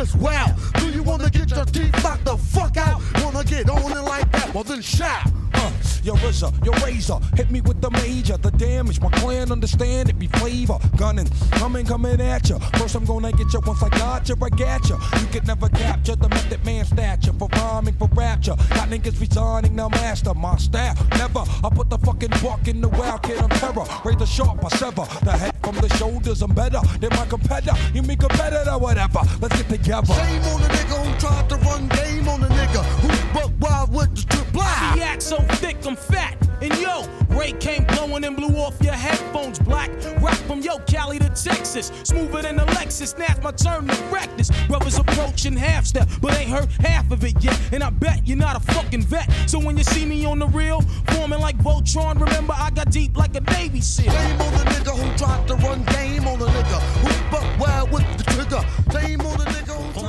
as well. Do you wanna get your teeth knocked the fuck out? Wanna get on it like that? Well then shout. Uh, your razor, your razor, hit me with the major, the damage. My clan understand it be flavor, gunning, coming, coming at ya. First I'm gonna get ya. Once I got ya, I got ya. You could never capture the method man stature for rhyming, for rapture. Got niggas resigning now, master my staff. Never, I put the fucking walk in the wild kid on terror. Razor sharp, I sever the head from the shoulders. I'm better than my competitor. You mean competitor, whatever. Let's get together. Shame on the nigga who tried to run game on the nigga who broke wild with the triple I. She act so thick, I'm fat. And yo, Ray came blowing and blew off your headphones black. Rock from yo, Cali to Texas. Smoother than a Lexus. Now's my turn to practice. Brothers approaching half step, but ain't heard half of it yet. And I bet you're not a fucking vet. So when you see me on the reel, forming like Voltron, remember I got deep like a Navy SEAL. Shame on the nigga who tried to run game on the nigga who broke wild with the trigger. Shame on the nigga who Prendre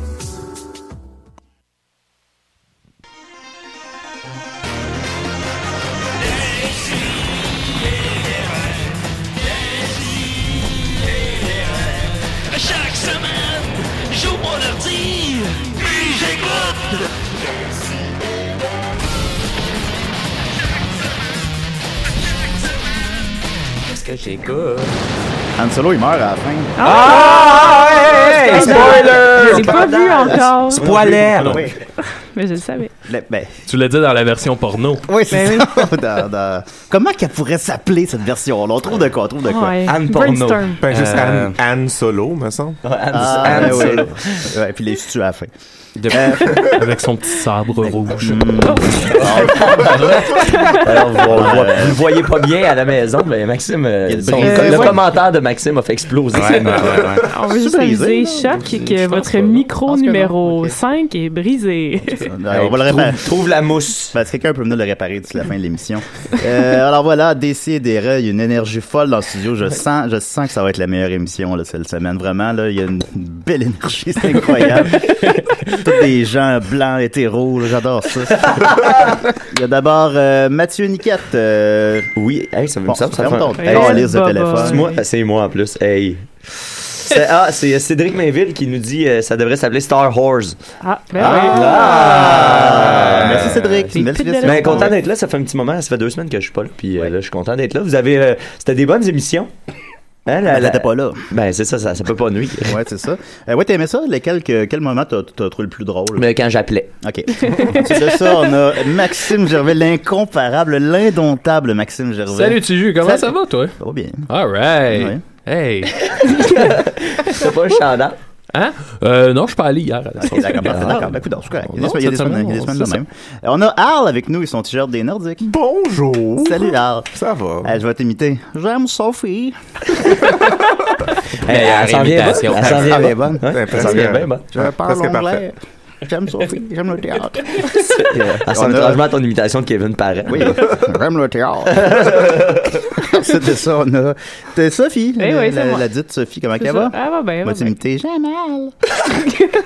Chaque semaine, j'ouvre mon ordi, puis j'écoute. Qu'est-ce que j'écoute? Han Solo, il meurt à la fin. Ah, hey, hey, hey, Spoiler! Euh, J'ai pas vu encore, Spoiler! Ah Ah Oui, mais je le savais. Le- ben, Tu l'as dit dans la version porno. oui, c'est Ben ça. Dans- dans- Comment qu'elle pourrait s'appeler cette version-là? On trouve de quoi, on trouve de quoi. Ouais. Anne Porno. Brainstorm. Ben, juste Euh, Anne, Anne Solo, me semble. Ah, Han ben oui. Solo. Ouais, puis les tues à la fin. De- Euh, Avec son petit sabre Ben, rouge. hmm, Oh, Alors, vous, vous- vous le voyez pas bien à la maison, mais Maxime, euh, Il y a des son- brises. le Euh, ouais. commentaire de Maxime a fait exploser. On veut C'est juste brisé, aviser là? Choc Je que pense votre pas. micro Pense que non. numéro Ok. 5 est brisé. Alors, on va le réparer. trouve, trouve la mousse. Parce que quelqu'un peut venir le réparer d'ici la fin de l'émission. Euh, alors voilà, DC des E, il y a une énergie folle dans le studio. Je sens, je sens que ça va être la meilleure émission là, cette semaine. Vraiment, là, il y a une belle énergie, c'est incroyable. Tous des gens blancs, hétéros, là, j'adore ça. Il y a d'abord euh, Mathieu Niquette. euh, Oui, hey, ça me bon, semble- ça ferme me- ton Hey, Oh, calice de Baba. c'est téléphone. moi, ben, c'est moi en plus. Hey. C'est- ah, c'est Cédric Mainville qui nous dit euh, ça devrait s'appeler Star Wars. Ah, ben Ah, merci Cédric. Des Une belle petites suggestion. Euh, Ben, content d'être là, ça fait un petit moment, ça fait deux semaines que je suis pas là, puis euh, là, je suis content d'être là. Vous avez, euh, c'était des bonnes émissions. Hein, la- Ben, la- t'étais pas là. Ben, c'est ça, ça, ça peut pas nuire. Ouais, c'est ça. Euh, ouais, t'aimais ça? Lesquels que- quel moment t'as t'as trouvé le plus drôle? Mais quand j'appelais. OK. C'est ça, on a Maxime Gervais, l'incomparable, l'indomptable Maxime Gervais. Salut Tiju, comment Salut. ça va toi? Ça va bien. Ouais. Alright. Hey. C'est pas un chandail. Hein? Euh, non, je suis pas allé hier. à la Ok, soirée. D'accord, d'accord, d'accord. Ben, écoute, c'est correct. Il y a des- Non, il y a des cette semaines il y a des semaine, c'est semaines de ça. même. Euh, On a Arl avec nous, ils sont t-shirts des Nordiques. Bonjour. Salut Arl. Ça va? Eh, je vais t'imiter. J'aime Sophie. Eh, Hey, elle s'en vient bonne. Elle s'en vient Ah, bien ben, bonne. bonne. Hein? Elle s'en vient bien bonne. Je parle Presque anglais. J'aime Sophie. J'aime le théâtre. Ah, Elle ressemble On a- étrangement à ton imitation de Kevin Parent. Oui, j'aime le théâtre. C'était ça, on a. T'es Sophie. Eh la, oui, c'est la- moi. la dite Sophie, comment oui. elle va? Ah, va bien, Moi, va tu bien. m'imitais, j'ai mal.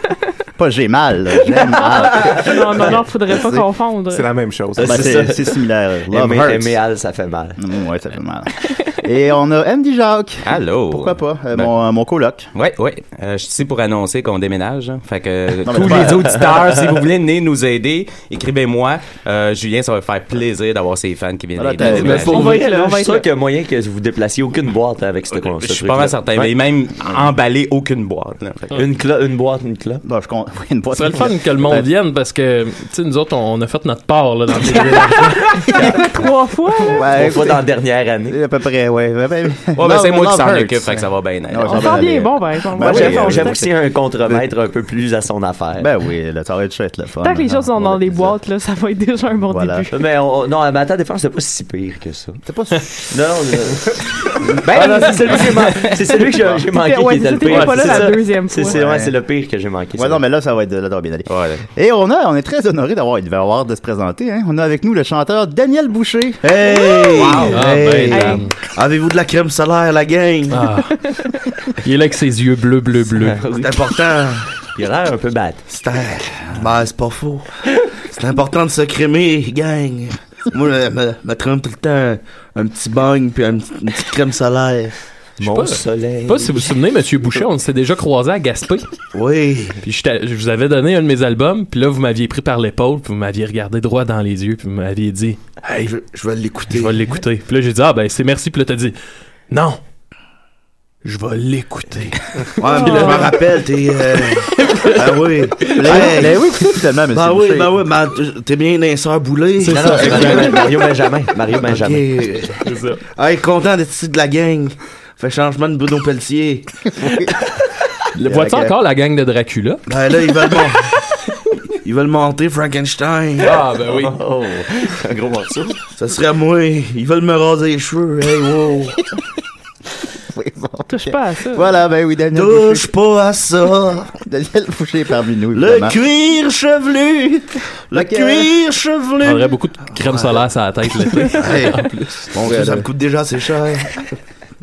Pas j'ai mal, là, j'ai mal. Non, non, non, faudrait pas confondre. C'est la même chose. Ben, Ah, C'est c'est ça. c'est similaire. Love Aimer, hurts. aimer Al, ça fait mal. Mm, ouais, ça fait mal. Et on a Andy Jacques. Allô? Pourquoi pas? euh, Ben- mon, mon coloc. Oui, oui. Euh, je suis ici pour annoncer qu'on déménage. hein. Fait que Non, mais euh, tous pas- les auditeurs, si vous voulez venir nous aider, écrivez-moi. Euh, Julien, ça va faire plaisir d'avoir ses fans qui viennent Voilà, aider. t'as- Mais mais On pour- va être là, on Je va suis être sûr là. qu'il y a moyen que vous déplaciez aucune boîte avec ce con- ce Euh, Je suis pas truc-là. mal certain, mais Ouais. même emballé aucune boîte. là. Fait que- Une, cla- une boîte, une clope. Bon, Bah, je compte. Oui, une boîte. Ce serait le fun que le monde vienne parce que, tu sais, nous autres, on, on a fait notre part là, dans le Trois fois, là. Ouais, Une fois dans la dernière année. à peu près, ouais. Ouais, ben, Ouais, ben, c'est moi qui s'en occupe, fait fait que ça va bien aller. Ouais, ça On va s'en bien vient aller. bon, par exemple. Ben oui, j'avoue- euh, j'avoue que c'est un contremaître un peu plus à son affaire. Ben oui, le tarot de chouette, le fun. Tant que les choses sont dans les boîtes, là, ça va être déjà un bon Voilà. début. Mais on- non, mais à ta défense, c'est pas si pire que ça. C'est pas Non, non, non. Ben- Ah non, c'est celui que j'ai man- c'est celui que j'ai- j'ai manqué Ouais, qui était c'est le ça, t'étais pire. pas là C'est la ça. deuxième C'est- fois. C'est ouais, Ouais. c'est le pire que j'ai manqué. Ouais, non, mais là, ça va être, là, ça va bien aller. Et on a, on est très honoré d'avoir, il devait avoir de se présenter, hein. On a avec nous le chanteur Daniel Boucher. Hey! Ah, Hey! ben, Dan. Avez-vous de la crème solaire, la gang? Ah. Il est là avec ses yeux bleus, bleus, bleus. C'est important. Il a l'air un peu bad. C'est un- ben, c'est pas faux. C'est important de se crémer, gang. Moi, je me, me trempe tout le temps un petit bang puis un petit- une petite crème solaire. Je sais Je sais pas si vous vous souvenez, Monsieur Boucher, on s'est déjà croisé à Gaspé. Oui. Puis j'étais- je vous avais donné un de mes albums, puis là, vous m'aviez pris par l'épaule, puis vous m'aviez regardé droit dans les yeux, puis vous m'aviez dit Hey, je, vais l'écouter. Je vais l'écouter. Puis là, j'ai dit Ah, ben, c'est merci. Puis là, t'as dit Non, je vais l'écouter. Ouais, mais je me rappelle, t'es. euh, Ah oui. l'avez- Hey. l'avez écouté finalement, monsieur Ben oui, Boucher. ben oui, ben, t- t'es bien d'un sœur boulé. C'est Non, ça, non, c'est exactement. Mario Benjamin, Mario Benjamin. C'est ça. Hey, content d'être ici de la gang. Fait changement de Bruno Pelletier. Le vois-tu encore la gang de Dracula Ben là, ils veulent mon- Ils veulent monter Frankenstein. Ah, ben oui. Oh, un gros morceau. Ça serait moi. Ils veulent me raser les cheveux. Hey, wow. Touche pas à ça. Voilà, ben oui, Daniel Touche pas à ça. Daniel Boucher est parmi nous. Le évidemment. cuir chevelu. Le Ok. cuir chevelu. On aurait beaucoup de crème solaire sur la tête l'été. Hey, en plus. Mon Dieu, ça me coûte déjà assez cher.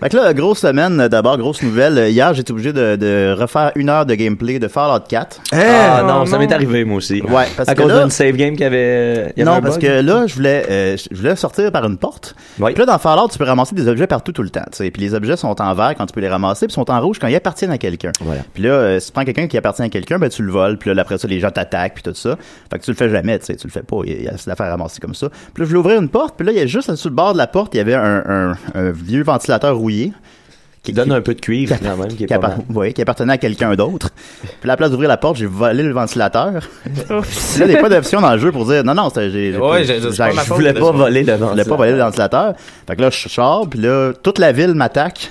Fait que là, grosse semaine, euh, d'abord, grosse nouvelle. Euh, Hier, j'étais obligé de, de refaire une heure de gameplay de Fallout 4. Hein? Ah Oh, non, ça m'est arrivé, moi aussi. Ouais, parce à que cause là- d'une save game qui avait. il euh, y avait Non, un parce bug. que là, je voulais, euh, je voulais sortir par une porte. Puis là, dans Fallout, tu peux ramasser des objets partout tout le temps. tu sais. Puis les objets sont en vert quand tu peux les ramasser, puis sont en rouge quand ils appartiennent à quelqu'un. Puis là, euh, si tu prends quelqu'un qui appartient à quelqu'un, ben tu le voles. Puis là, après ça, les gens t'attaquent, puis tout ça. Fait que tu le fais jamais, tu sais, tu le fais pas. Il y a c'est l'affaire ramasser comme ça. Puis là, je voulais ouvrir une porte, puis là, il y a juste sur le bord de la porte, il y avait un, un- un vieux ventilateur rouillé. Qui donne un peu de cuivre, quand même, qui est pas mal. oui, qui appartenait à quelqu'un d'autre. Puis là, à la place d'ouvrir la porte, j'ai volé le ventilateur. Puis là, il n'y a pas d'option dans le jeu pour dire non, non, c'est- j'ai. j'ai Ouais, pas- j'ai- c'est j'ai- pas ma je faute, voulais là, pas ça. voler le ventilateur. Je voulais pas voler le ventilateur. Fait que là, je sors, puis là, toute la ville m'attaque.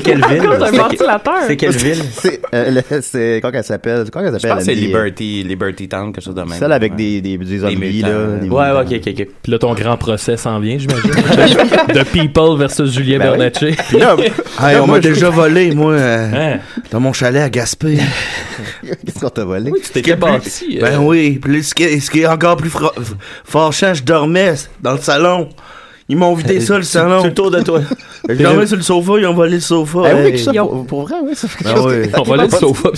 quelle À ville? cause d'un C'était- ventilateur? c'est quelle ville? C'est, euh, le- c'est, quoi qu'elle s'appelle? Comment qu'elle Je s'appelle? pense que c'est Andy? Liberty, Liberty Town, quelque chose de même. hein. Celle avec des, des, des zombies, mutants. Euh, là. des Ouais, mutants. ouais, ok, ok. Puis là, ton grand procès s'en vient, j'imagine. de People versus Julien Ben oui. Bernatchez. Puis là, hey, on m'a moi, je- déjà volé, moi, Hein? euh, dans mon chalet à Gaspé. Qu'est-ce qu'on t'a volé? Tu t'étais bâti, euh. Ben oui. Puis là, ce, qui est, ce qui est encore plus fra- f- fâchant, je dormais dans le salon. Ils m'ont vidé ça, le Tout- salon. tout autour de toi. Eh Je dormais sur le sofa, ils ont volé le sofa. Ah oui, Hey. ça, pour, pour vrai, oui, ça fait Ah quelque Ben chose oui. qui- On volait le sofa,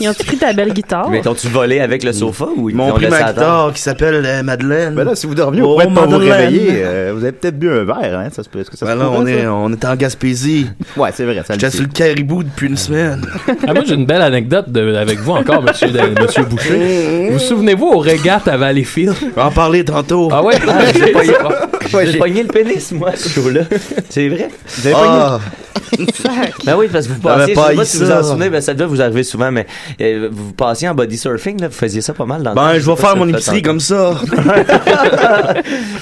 Ils ont-tu pris ta belle guitare? Mais t'ont-tu volé avec le sofa ou ils Ils m'ont l'ont pris laissé ma à terre? guitare qui s'appelle euh, Madeleine. Ben là, si vous dormiez, vous Oh, pouvez pas vous Madeleine. réveiller. euh, vous avez peut-être bu un verre, hein? Ça se peut. Est-ce que ça Ben se là, pourrait, on, ça? est, on est en Gaspésie. Ouais, c'est vrai. J'étais sur le caribou depuis une semaine. Ah, moi, j'ai une belle anecdote de- avec vous encore, monsieur, de- monsieur Mm-hmm. Boucher. Vous vous souvenez-vous au regatta à Valleyfield? On va en parler tantôt. Ah ouais? Ah, j'ai pogné, Ouais, j'ai j'ai- pogné le pénis, moi, ce show-là. C'est vrai? Vous avez Ah. Ben oui, parce que vous J'avais passiez, je pas sais pas eu si vous ça. en souvenez, ben ça doit vous arriver souvent, mais euh, vous passiez en body surfing, là, vous faisiez ça pas mal dans le temps. Ben, je vais Ah, sais pas faire si mon vous le épicerie faites comme ça.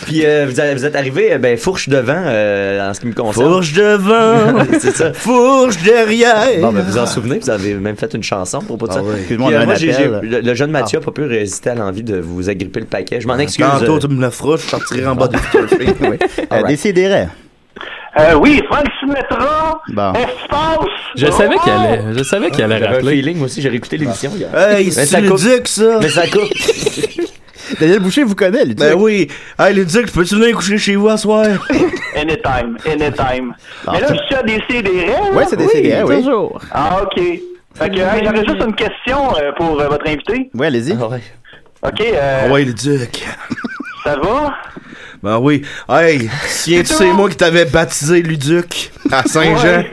Puis euh, vous, avez- vous êtes arrivé, euh, ben, fourche devant, euh, en ce qui me concerne. Fourche devant, c'est ça. fourche derrière. Bon, ben, vous en souvenez, vous avez même fait une chanson pour pas de Ah ça. oui. Puis, euh, Excuse-moi, on a un moi, j'ai- appel. Ah. j'ai- le, le jeune Mathieu a pas pu résister à l'envie de vous agripper le paquet. Je m'en excuse. Tantôt, euh, Ah tu me le feras, je sortirai en bas du surfing. oui. Alright. Décidérez. Euh, oui, Frank Sinatra. Ah. Bon. Espace. Je savais qu'elle allait, je savais qu'elle allait J'avais un rappeler. feeling, moi aussi, j'ai réécouté l'émission hier. Hey, Mais c'est ça le coupe. duc, ça. Mais ça coupe. Daniel Boucher vous connaît, le duc. Ben oui. Hey, le duc, peux-tu venir coucher chez vous à soir? Anytime, anytime. Ah, Mais là, je suis à des des Ah, Ouais, c'est des CDR, oui. Toujours. Ah, OK. Fait que, hey, j'aurais juste une question euh, pour euh, votre invité. Oui, allez-y. OK, euh, Ah ouais, le duc. ça va? Ben oui. Hey, si tu c'est moi qui t'avais baptisé Luduc à Saint-Jean. Ouais.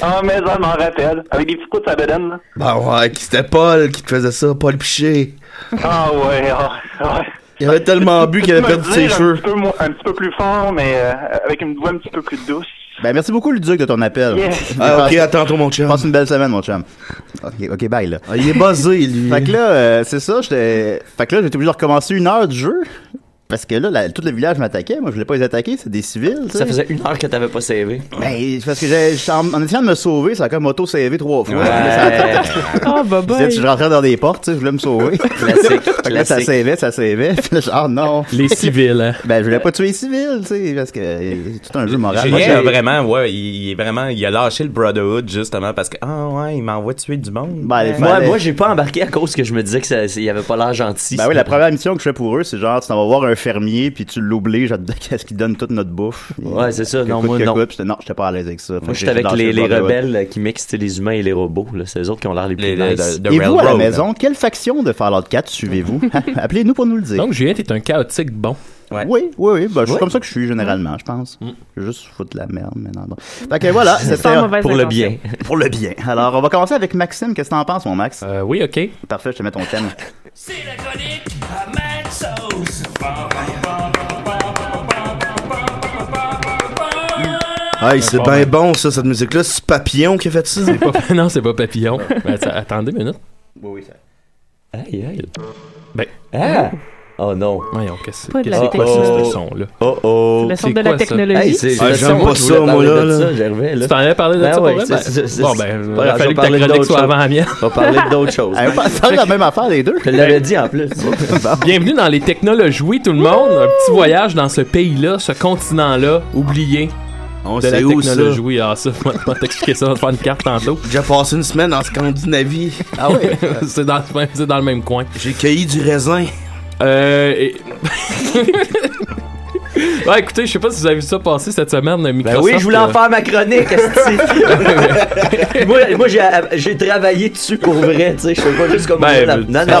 Ah, mais ça, je m'en rappelle. Avec des petits coups de sa bedaine, là. Ben ouais, qui- c'était Paul qui te faisait ça, Paul Piché. Ah, ouais, ah, ouais. Il avait tellement bu qu'il avait Tu peux perdu me ses dire Un cheveux. petit, peu, moins- un petit peu plus fort, mais euh, avec une voix un petit peu plus douce. Ben, merci beaucoup, le duc, de ton appel. Yeah. Ah, ok, à tantôt, mon chum. Ah, Passe une belle semaine, mon chum. Ok, ok, bye, là. il est buzzé, lui. fait que là, euh, c'est ça, j'étais. Fait que là, j'étais obligé de recommencer une heure de jeu. Parce que là, la- tout le village m'attaquait. Moi, je voulais pas les attaquer. C'est des civils. tu Ça sais. faisait une heure que t'avais pas sauvé. Ben, c'est parce que j'ai- j'étais en, en essayant de me sauver, ça a comme auto-sauvé trois fois. Ouais. Là, ça- Ah, bah, Je disais, Je rentrais dans des portes, tu sais, je voulais me sauver. Classique, Fait que là, ça classique. sauvait, ça sauvait. Puis là, genre, non. Les civils, hein. Ben, je voulais pas tuer les civils, tu sais, parce que euh, c'est tout un jeu moral. Julien Moi, j'ai- a vraiment, ouais, il, il est vraiment, il a lâché le Brotherhood justement parce que, ah ouais, il m'envoie tuer du monde. les moi, fallait- moi, j'ai pas embarqué à cause que je me disais que ça, il avait pas l'air gentil. Ben oui, la première mission que je fais pour eux, c'est genre, tu t'en vas voir un fermier, puis tu l'oublies, genre, qu'est-ce qu'il donne toute notre bouffe. Ouais, c'est ça. Que Non, coûte moi, que non. coûte, puis j'étais- non, j'étais pas à l'aise avec ça. Fait Moi, que j'étais j'ai avec lâché les, le les Brotherhood. rebelles euh, qui mixent tu sais, les humains et les robots. là. C'est eux autres qui ont l'air les plus nice. Et vous, à la maison, quelle faction de Fallout 4 suivez-vous? Appelez-nous pour nous le dire. Donc, Julien, t'es un chaotique bon. Oui, oui, oui. Ben, je suis Ouais. Mm. comme ça que je suis généralement, je pense. Je Juste foutre de la merde, mais non. bon. Fait que voilà, Sans c'était mauvaise Pour le intention. bien. Pour le bien. Alors, on va commencer avec Maxime. Qu'est-ce que t'en penses, mon Max? Euh, oui, ok. Parfait, je te mets ton thème. C'est la chronique à Mad Sauce. Ah, c'est bien bon, ça, cette musique-là. C'est Papillon qui a fait ça. non, c'est pas Papillon. Ben, att- attendez une minute. Oui, oui, ça. Aïe, aïe. Ben. Ah! Oh non. Voyons, qu'est-ce Pas de qu'est-ce la que c'est quoi ça, technologie. ce son-là? Oh oh. C'est le son C'est de la quoi ça? technologie. Hey, c'est- Ah, c'est le j'aime son pas que je ça, voulais moi, parler là, de là. ça, j'arrivais, là. Tu t'en avais parlé de Ben ça, pour ouais, vrai? c'est- Ben, c'est- c'est- bon, c'est- ben, c'est il pas fallait grave, je euh, vais que ta parler chronique d'autre soit chose. avant la mienne. On va parler d'autres choses. On va faire la même affaire, les deux. Je l'avais dit en plus. Bienvenue dans les technologies, tout le monde. Un petit voyage dans ce pays-là, ce continent-là, oublié. On de sait la où, technologie. ça? Oui, ah, ça, on va t'expliquer ça, on va te faire une carte tantôt. J'ai déjà passé une semaine en Scandinavie. Ah ouais? c'est dans, le même- c'est dans le même coin. J'ai cueilli du raisin. Euh. et- ouais, écoutez, je sais pas si vous avez vu ça passer cette semaine, Ben Microsoft. oui, je voulais en euh, faire ma chronique, esti. moi, moi j'ai, j'ai travaillé dessus pour vrai, tu sais. Je fais pas juste comme Ben, Non, non, Non, non, ben,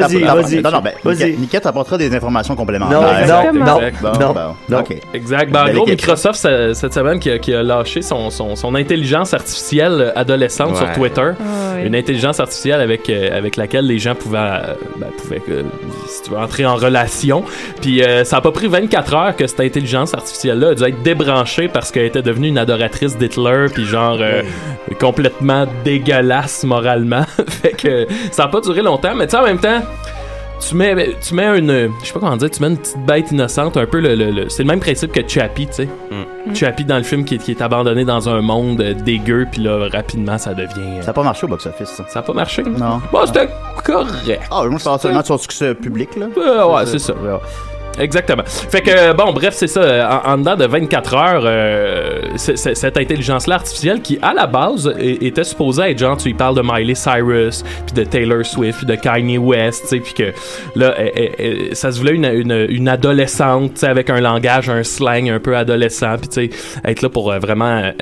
Vas-y, non, vas-y. Non, non, ben, vas-y. Niquette apportera des informations complémentaires. Ben, Non, non, Exactement. non, Bon, ben, non, bon, non. OK. Exact. Ben, en Belle gros, équipe. Microsoft, ça- cette semaine, qui a, qui a lâché son, son- son intelligence artificielle adolescente Ouais. sur Twitter. Ah ouais. Une intelligence artificielle avec, euh, avec laquelle les gens pouvaient, euh, ben, pouvaient euh, si tu veux, entrer en relation. Puis euh, ça a pas pris 24 heures que cette intelligence artificielle-là a dû être débranchée parce qu'elle était devenue une adoratrice d'Hitler, puis genre euh, complètement dégueulasse moralement. fait que ça a pas duré longtemps, mais tu sais, en même temps tu mets, ben, tu mets une, je sais pas comment dire, tu mets une petite bête innocente, un peu le, le- le- c'est le même principe que Chappie, tu sais. Mm. Chappie dans le film qui, est- qui est abandonné dans un monde euh, dégueu, puis là rapidement ça devient. euh, Ça a pas marché au box-office, ça. Ça a pas marché. Non. Bon, c'était correct. Ah, moi, je parle seulement de son succès public, là. Euh, ouais, c'est ça. Exactement. Fait que, bon, bref, c'est ça. euh, En, en dedans de 24 heures, euh, c'est- c'est- cette intelligence-là artificielle qui, à la base, é- était supposée être genre, tu y parles de Miley Cyrus, puis de Taylor Swift, puis de Kanye West, tu sais, puis que là, elle- elle- elle- ça se voulait une, une, une adolescente, tu sais, avec un langage, un slang un peu adolescent, puis tu sais, être là pour euh, vraiment. euh,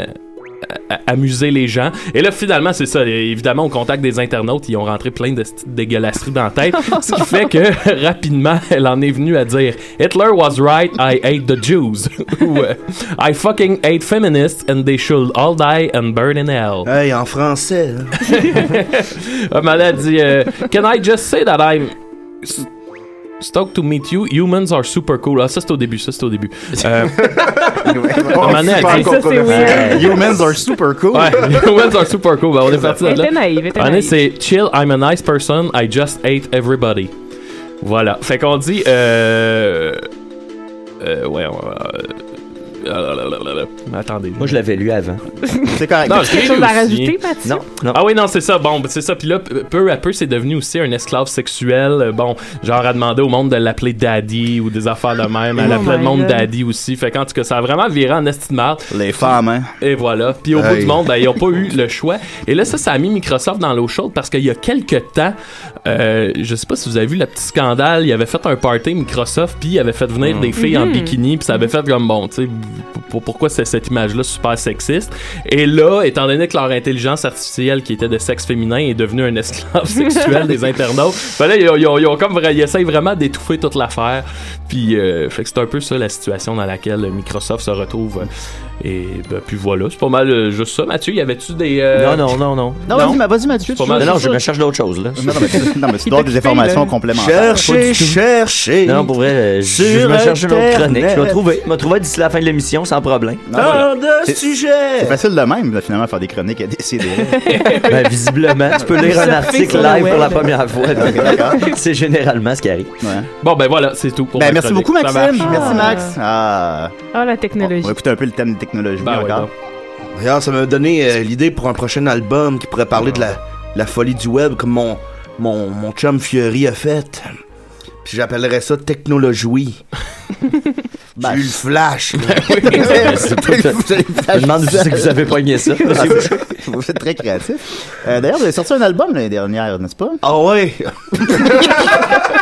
à- à- amuser les gens. Et là, finalement, c'est ça. Et Évidemment, au contact des internautes, ils ont rentré plein de petites dégueulasseries dans la tête. ce qui fait que, rapidement, elle en est venue à dire Hitler was right, I hate the Jews. Ou euh, I fucking hate feminists and they should all die and burn in hell. Hey, en français. hein. là. Euh, mais elle a dit euh, Can I just say that I'm. s- Stoked to meet you. Humans are super cool. Ah, ça c'est au début. Ça c'est au début. Euh, Oh, Manet a super dit- Euh, controversé. Humans are super cool. Ouais, humans are super cool. Ben, on est parti de Elle là. était naïve, elle était Année, naïve. c'est chill, I'm a nice person, I just hate everybody. Voilà. Fait qu'on dit. Euh... Euh, ouais, ouais, ouais, euh, Attendez. Moi, je l'avais lu avant. C'est correct. Non, je l'ai lu aussi. Mathieu? Non. Ah oui, non, c'est ça. Bon, c'est ça. Puis là, p- peu à peu, c'est devenu aussi un esclave sexuel. Euh, Bon, genre à demander au monde de l'appeler daddy ou des affaires de même. Elle Oh appelait le my monde God. daddy aussi. Fait qu'en tout cas, ça a vraiment viré en esti de marde. Les femmes, hein. Et voilà. Puis au bout Aïe. du monde, ben, ils n'ont pas eu le choix. Et là, ça, ça a mis Microsoft dans l'eau chaude parce qu'il y a quelques temps, euh, je sais pas si vous avez vu le petit scandale, il avait fait un party Microsoft, puis il avait fait venir Mm. des filles en Mhm. bikini, puis ça avait fait comme bon, tu sais, pour- pourquoi c'est cette image-là super sexiste. Et là, étant donné que leur intelligence artificielle qui était de sexe féminin est devenue un esclave sexuel des internautes, ben là, ils, ont- ils ont- ils ont comme, vra- ils essayent vraiment d'étouffer toute l'affaire. Puis, euh, fait que c'est un peu ça la situation dans laquelle Microsoft se retrouve. euh, Et ben, puis voilà, c'est pas mal euh, juste ça. Mathieu, y avait-tu des. euh, Non, non, non, non. Non, vas-y, ma- vas-y, Mathieu, C'est pas tu- mal Non, non, juste je ça. me cherche d'autres choses, là. Non, non, mais tu- non, mais tu dois avoir des informations complémentaires. Cherchez, cherchez. Non, pour vrai, euh, je, Sur je me cherche une autre Internet. chronique. Je vais trouver. Je vais trouver d'ici la fin de l'émission sans problème. Tant de sujets! C'est facile de même, là, finalement, faire des chroniques à décider. Ben, visiblement, tu peux lire un article live pour la première fois. C'est généralement ce qui arrive. Bon, ben voilà, c'est tout pour Ben, ma merci chronique. beaucoup, Ça Maxime. marche. Merci, Ah. Max. Ah. Ah, la On va technologie. écouter un peu le thème de technologie Ben ouais, encore. donc. D'ailleurs, ça m'a donné euh, l'idée pour un prochain album qui pourrait parler de la, la folie du web, comme mon, mon, mon chum Fury a fait. Puis j'appellerais ça Technologie. J'ai eu le flash. là. Je me demande où c'est que vous avez pogné ça. Ah, Vous êtes très créatif. Euh, D'ailleurs, vous avez sorti un album l'année dernière, n'est-ce pas? Ah ouais!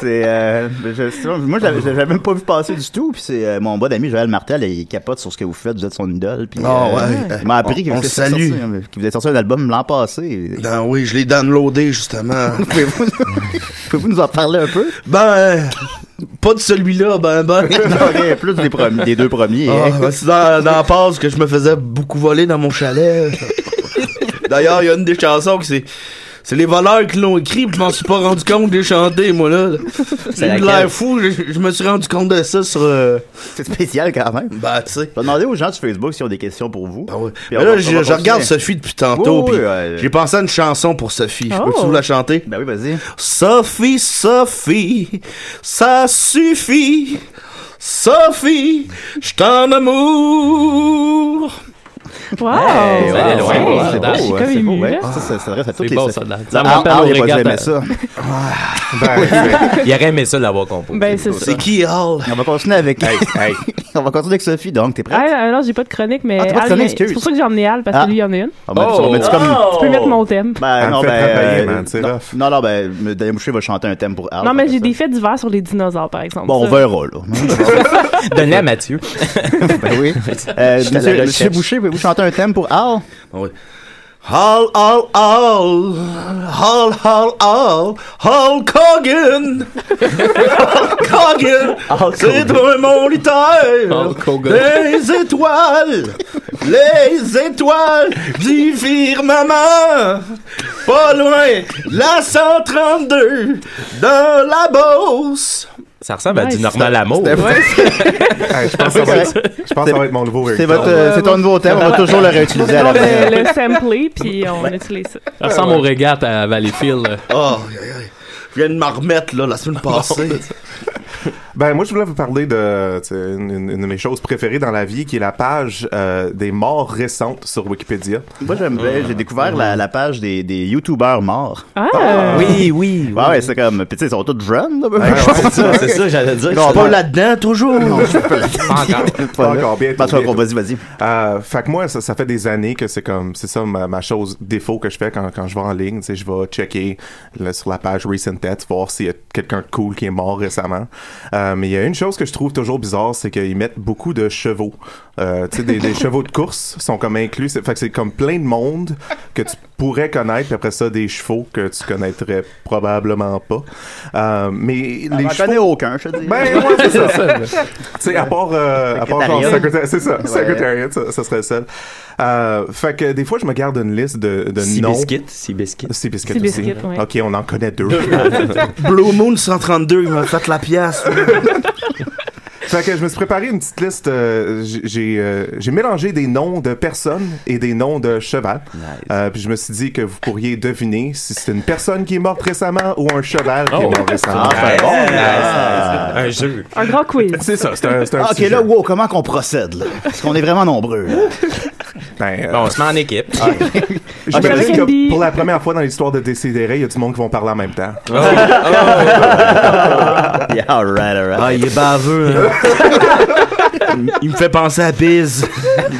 C'est, euh, je- je- moi, je l'avais- je l'avais même pas vu passer du tout. Puis c'est euh, mon bon ami Joël Martel, il capote sur ce que vous faites. Vous êtes son idole. Puis, euh, Ah ouais. Il m'a appris que On- vous, on étiez le salue. sorti, euh, que vous avez sorti un album l'an passé. Ben oui, je l'ai downloadé justement. Pouvez-vous pouvez-vous nous en parler un peu? Ben, euh, pas de celui-là, ben, ben. Ok, plus des, premi- des deux premiers. Ah, hein. ben, c'est dans, dans la pause que je me faisais beaucoup voler dans mon chalet. D'ailleurs, il y a une des chansons que c'est. C'est les voleurs qui l'ont écrit, puis je m'en suis pas rendu compte de les chanter, moi, là. C'est J'ai eu de laquelle? l'air fou, je, je me suis rendu compte de ça sur. euh, C'est spécial quand même. Ben, tu sais. Je vais demander aux gens sur Facebook s'ils ont des questions pour vous. Puis Mais on là, va- on va je, je regarde continuer. Sophie depuis tantôt, Oui, oui, puis ouais. j'ai pensé à une chanson pour Sophie. Je Oh. peux-tu vous la chanter? Ben oui, vas-y. Sophie, Sophie, ça suffit. Sophie, je t'en amour. Hey, Wow! wow, Ouais, ouais, ouais, c'est Ah, beau, beau, hein, comme c'est beau, ému, ouais. là. Ça, ça s'adresse à toutes C'est les bon, Sophie. ça, là. Ça me Ah, rappelle ah, il a Aurélien pas aimé Gardin. ça. Ah, Il aurait aimé ça l'avoir compris. Ben, c'est ça. ben qui, Hall? On va continuer avec. On va continuer avec Sophie, donc, t'es prêt? Ah, non, j'ai pas de chronique, mais Ah, t'as pas de Al, chronique, il- c'est excuse. pour ça que j'ai emmené Al, parce que Ah. lui, il y en a une. On va mettre- on va mettre comme- Tu peux mettre mon thème. Ben, me non, fait ben, travailler, euh, man, c'est non, non, non, ben, mais Daniel Boucher va chanter un thème pour Ah, Al. non, mais j'ai des faits divers sur les dinosaures, par exemple. Bon, on Ça- verra, là. Donnez à Mathieu. ben oui. Je Euh, suis à la monsieur, recherche. monsieur Boucher, pouvez-vous chanter un thème pour Al? Hall, hall, Ah, hall, hall, hall, hall, hall Cogan, Cogan, Ah, c'est toi mon lutteur Hulk Hogan. des étoiles, les étoiles du firmament, pas loin, la 132, dans la Beauce. Ça ressemble à du Nice. normal amour. Hey, je pense que ça va être- je pense que ça va être mon nouveau C'est ringtone. votre, euh, c'est ton nouveau thème, on va toujours le réutiliser à la On fin. le, euh, le samplé, puis on utilise ça. Ça ressemble au régate à Valleyfield. Oh, aïe, aïe, aïe. je viens de m'en remettre là, la semaine passée. Ben moi je voulais vous parler de tu sais, une, une- une de mes choses préférées dans la vie qui est la page euh, des morts récentes sur Wikipédia. Moi, j'aime bien. J'ai découvert la, la page des, des YouTubers morts. Ah! Oui, oui. Ouais, ouais, c'est comme. Puis, tu sais, ils sont tous jeunes, là. c'est ça, c'est ça, j'allais dire. Non, C'est pas dans- là-dedans, toujours. Non, je suis pas là-dedans. Pas encore. Pas là. encore bien. Pas encore, vas-y, fait que moi, ça, ça fait des années que c'est comme, c'est ça ma, ma chose défaut que je fais quand, quand je vais en ligne. Tu sais, je vais checker là, sur la page Recent Deaths, voir s'il y a quelqu'un de cool qui est mort récemment. Euh, mais il y a une chose que je trouve toujours bizarre, c'est qu'ils mettent beaucoup de chevaux. Euh, tu sais, des, des chevaux de course sont comme inclus. C'est- Fait que c'est comme plein de monde que tu pourrais connaître, puis après ça, des chevaux que tu connaîtrais probablement pas. Euh, mais On les n'en chevaux- connaît aucun, je te dis. ben, ouais, c'est ça. C'est tu sais, à part, euh, à part genre secréta- Secrétariat. c'est ça, Ouais. secrétariat, ça, ça serait le seul. Euh, fait que des fois, je me garde une liste de, de noms. Seabiscuit, Seabiscuit. Seabiscuit aussi. Seabiscuit, ouais. Ok, on en connaît deux. Blue Moon 132, il m'a fait la pièce. Fait que je me suis préparé une petite liste. euh, j'ai- j'ai euh, j'ai mélangé des noms de personnes et des noms de cheval. Euh, puis je me suis dit que vous pourriez deviner si c'est une personne qui est morte récemment ou un cheval qui est mort récemment. Ah, Fait bon, nice. là. Un jeu. Un grand quiz. C'est ça, c'est un, c'est un Ah, ok, petit là, jeu. wow, comment qu'on procède, là? Parce qu'on est vraiment nombreux, là. Ben, euh, Bon, on se met en équipe. Je Ah, Ok, me dis avec que Andy. pour la première fois dans l'histoire de Décidéré, il y a du monde qui vont parler en même temps. Yeah, alright, alright. Ah, il est baveux. hein. Il- il me fait penser à Biz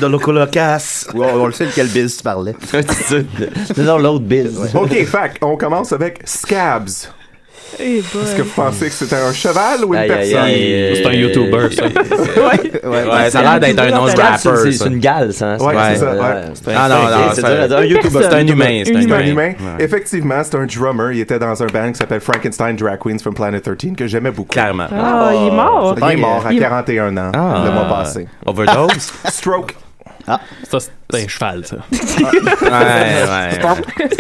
de Locolocas. Ouais, on le sait lequel biz tu parlais. C'est dans l'autre biz. OK, fac, on commence avec Scabs. Eh Est-ce que boy. vous pensez que c'était un cheval ou une Aïe, aïe, personne? aïe, euh, C'est un YouTuber, ça. ouais. Ouais, ouais, ça a l'air d'être un C'est- non-rapper, c'est- C'est ça. Ah, c'est une gale, ça. Ouais, c'est ça, ouais. C'est un- c'est dur à dire. Un YouTuber. C'est un humain. Ouais. Effectivement, c'est un drummer. Il était dans un band qui s'appelle Frankenstein Drag Queens from Planet 13 que j'aimais beaucoup. Clairement. Ah, il est mort. Il est mort à Il- 41 ans Ah. le mois passé. Overdose? Stroke. Ah. Ça, c'est un cheval, ça.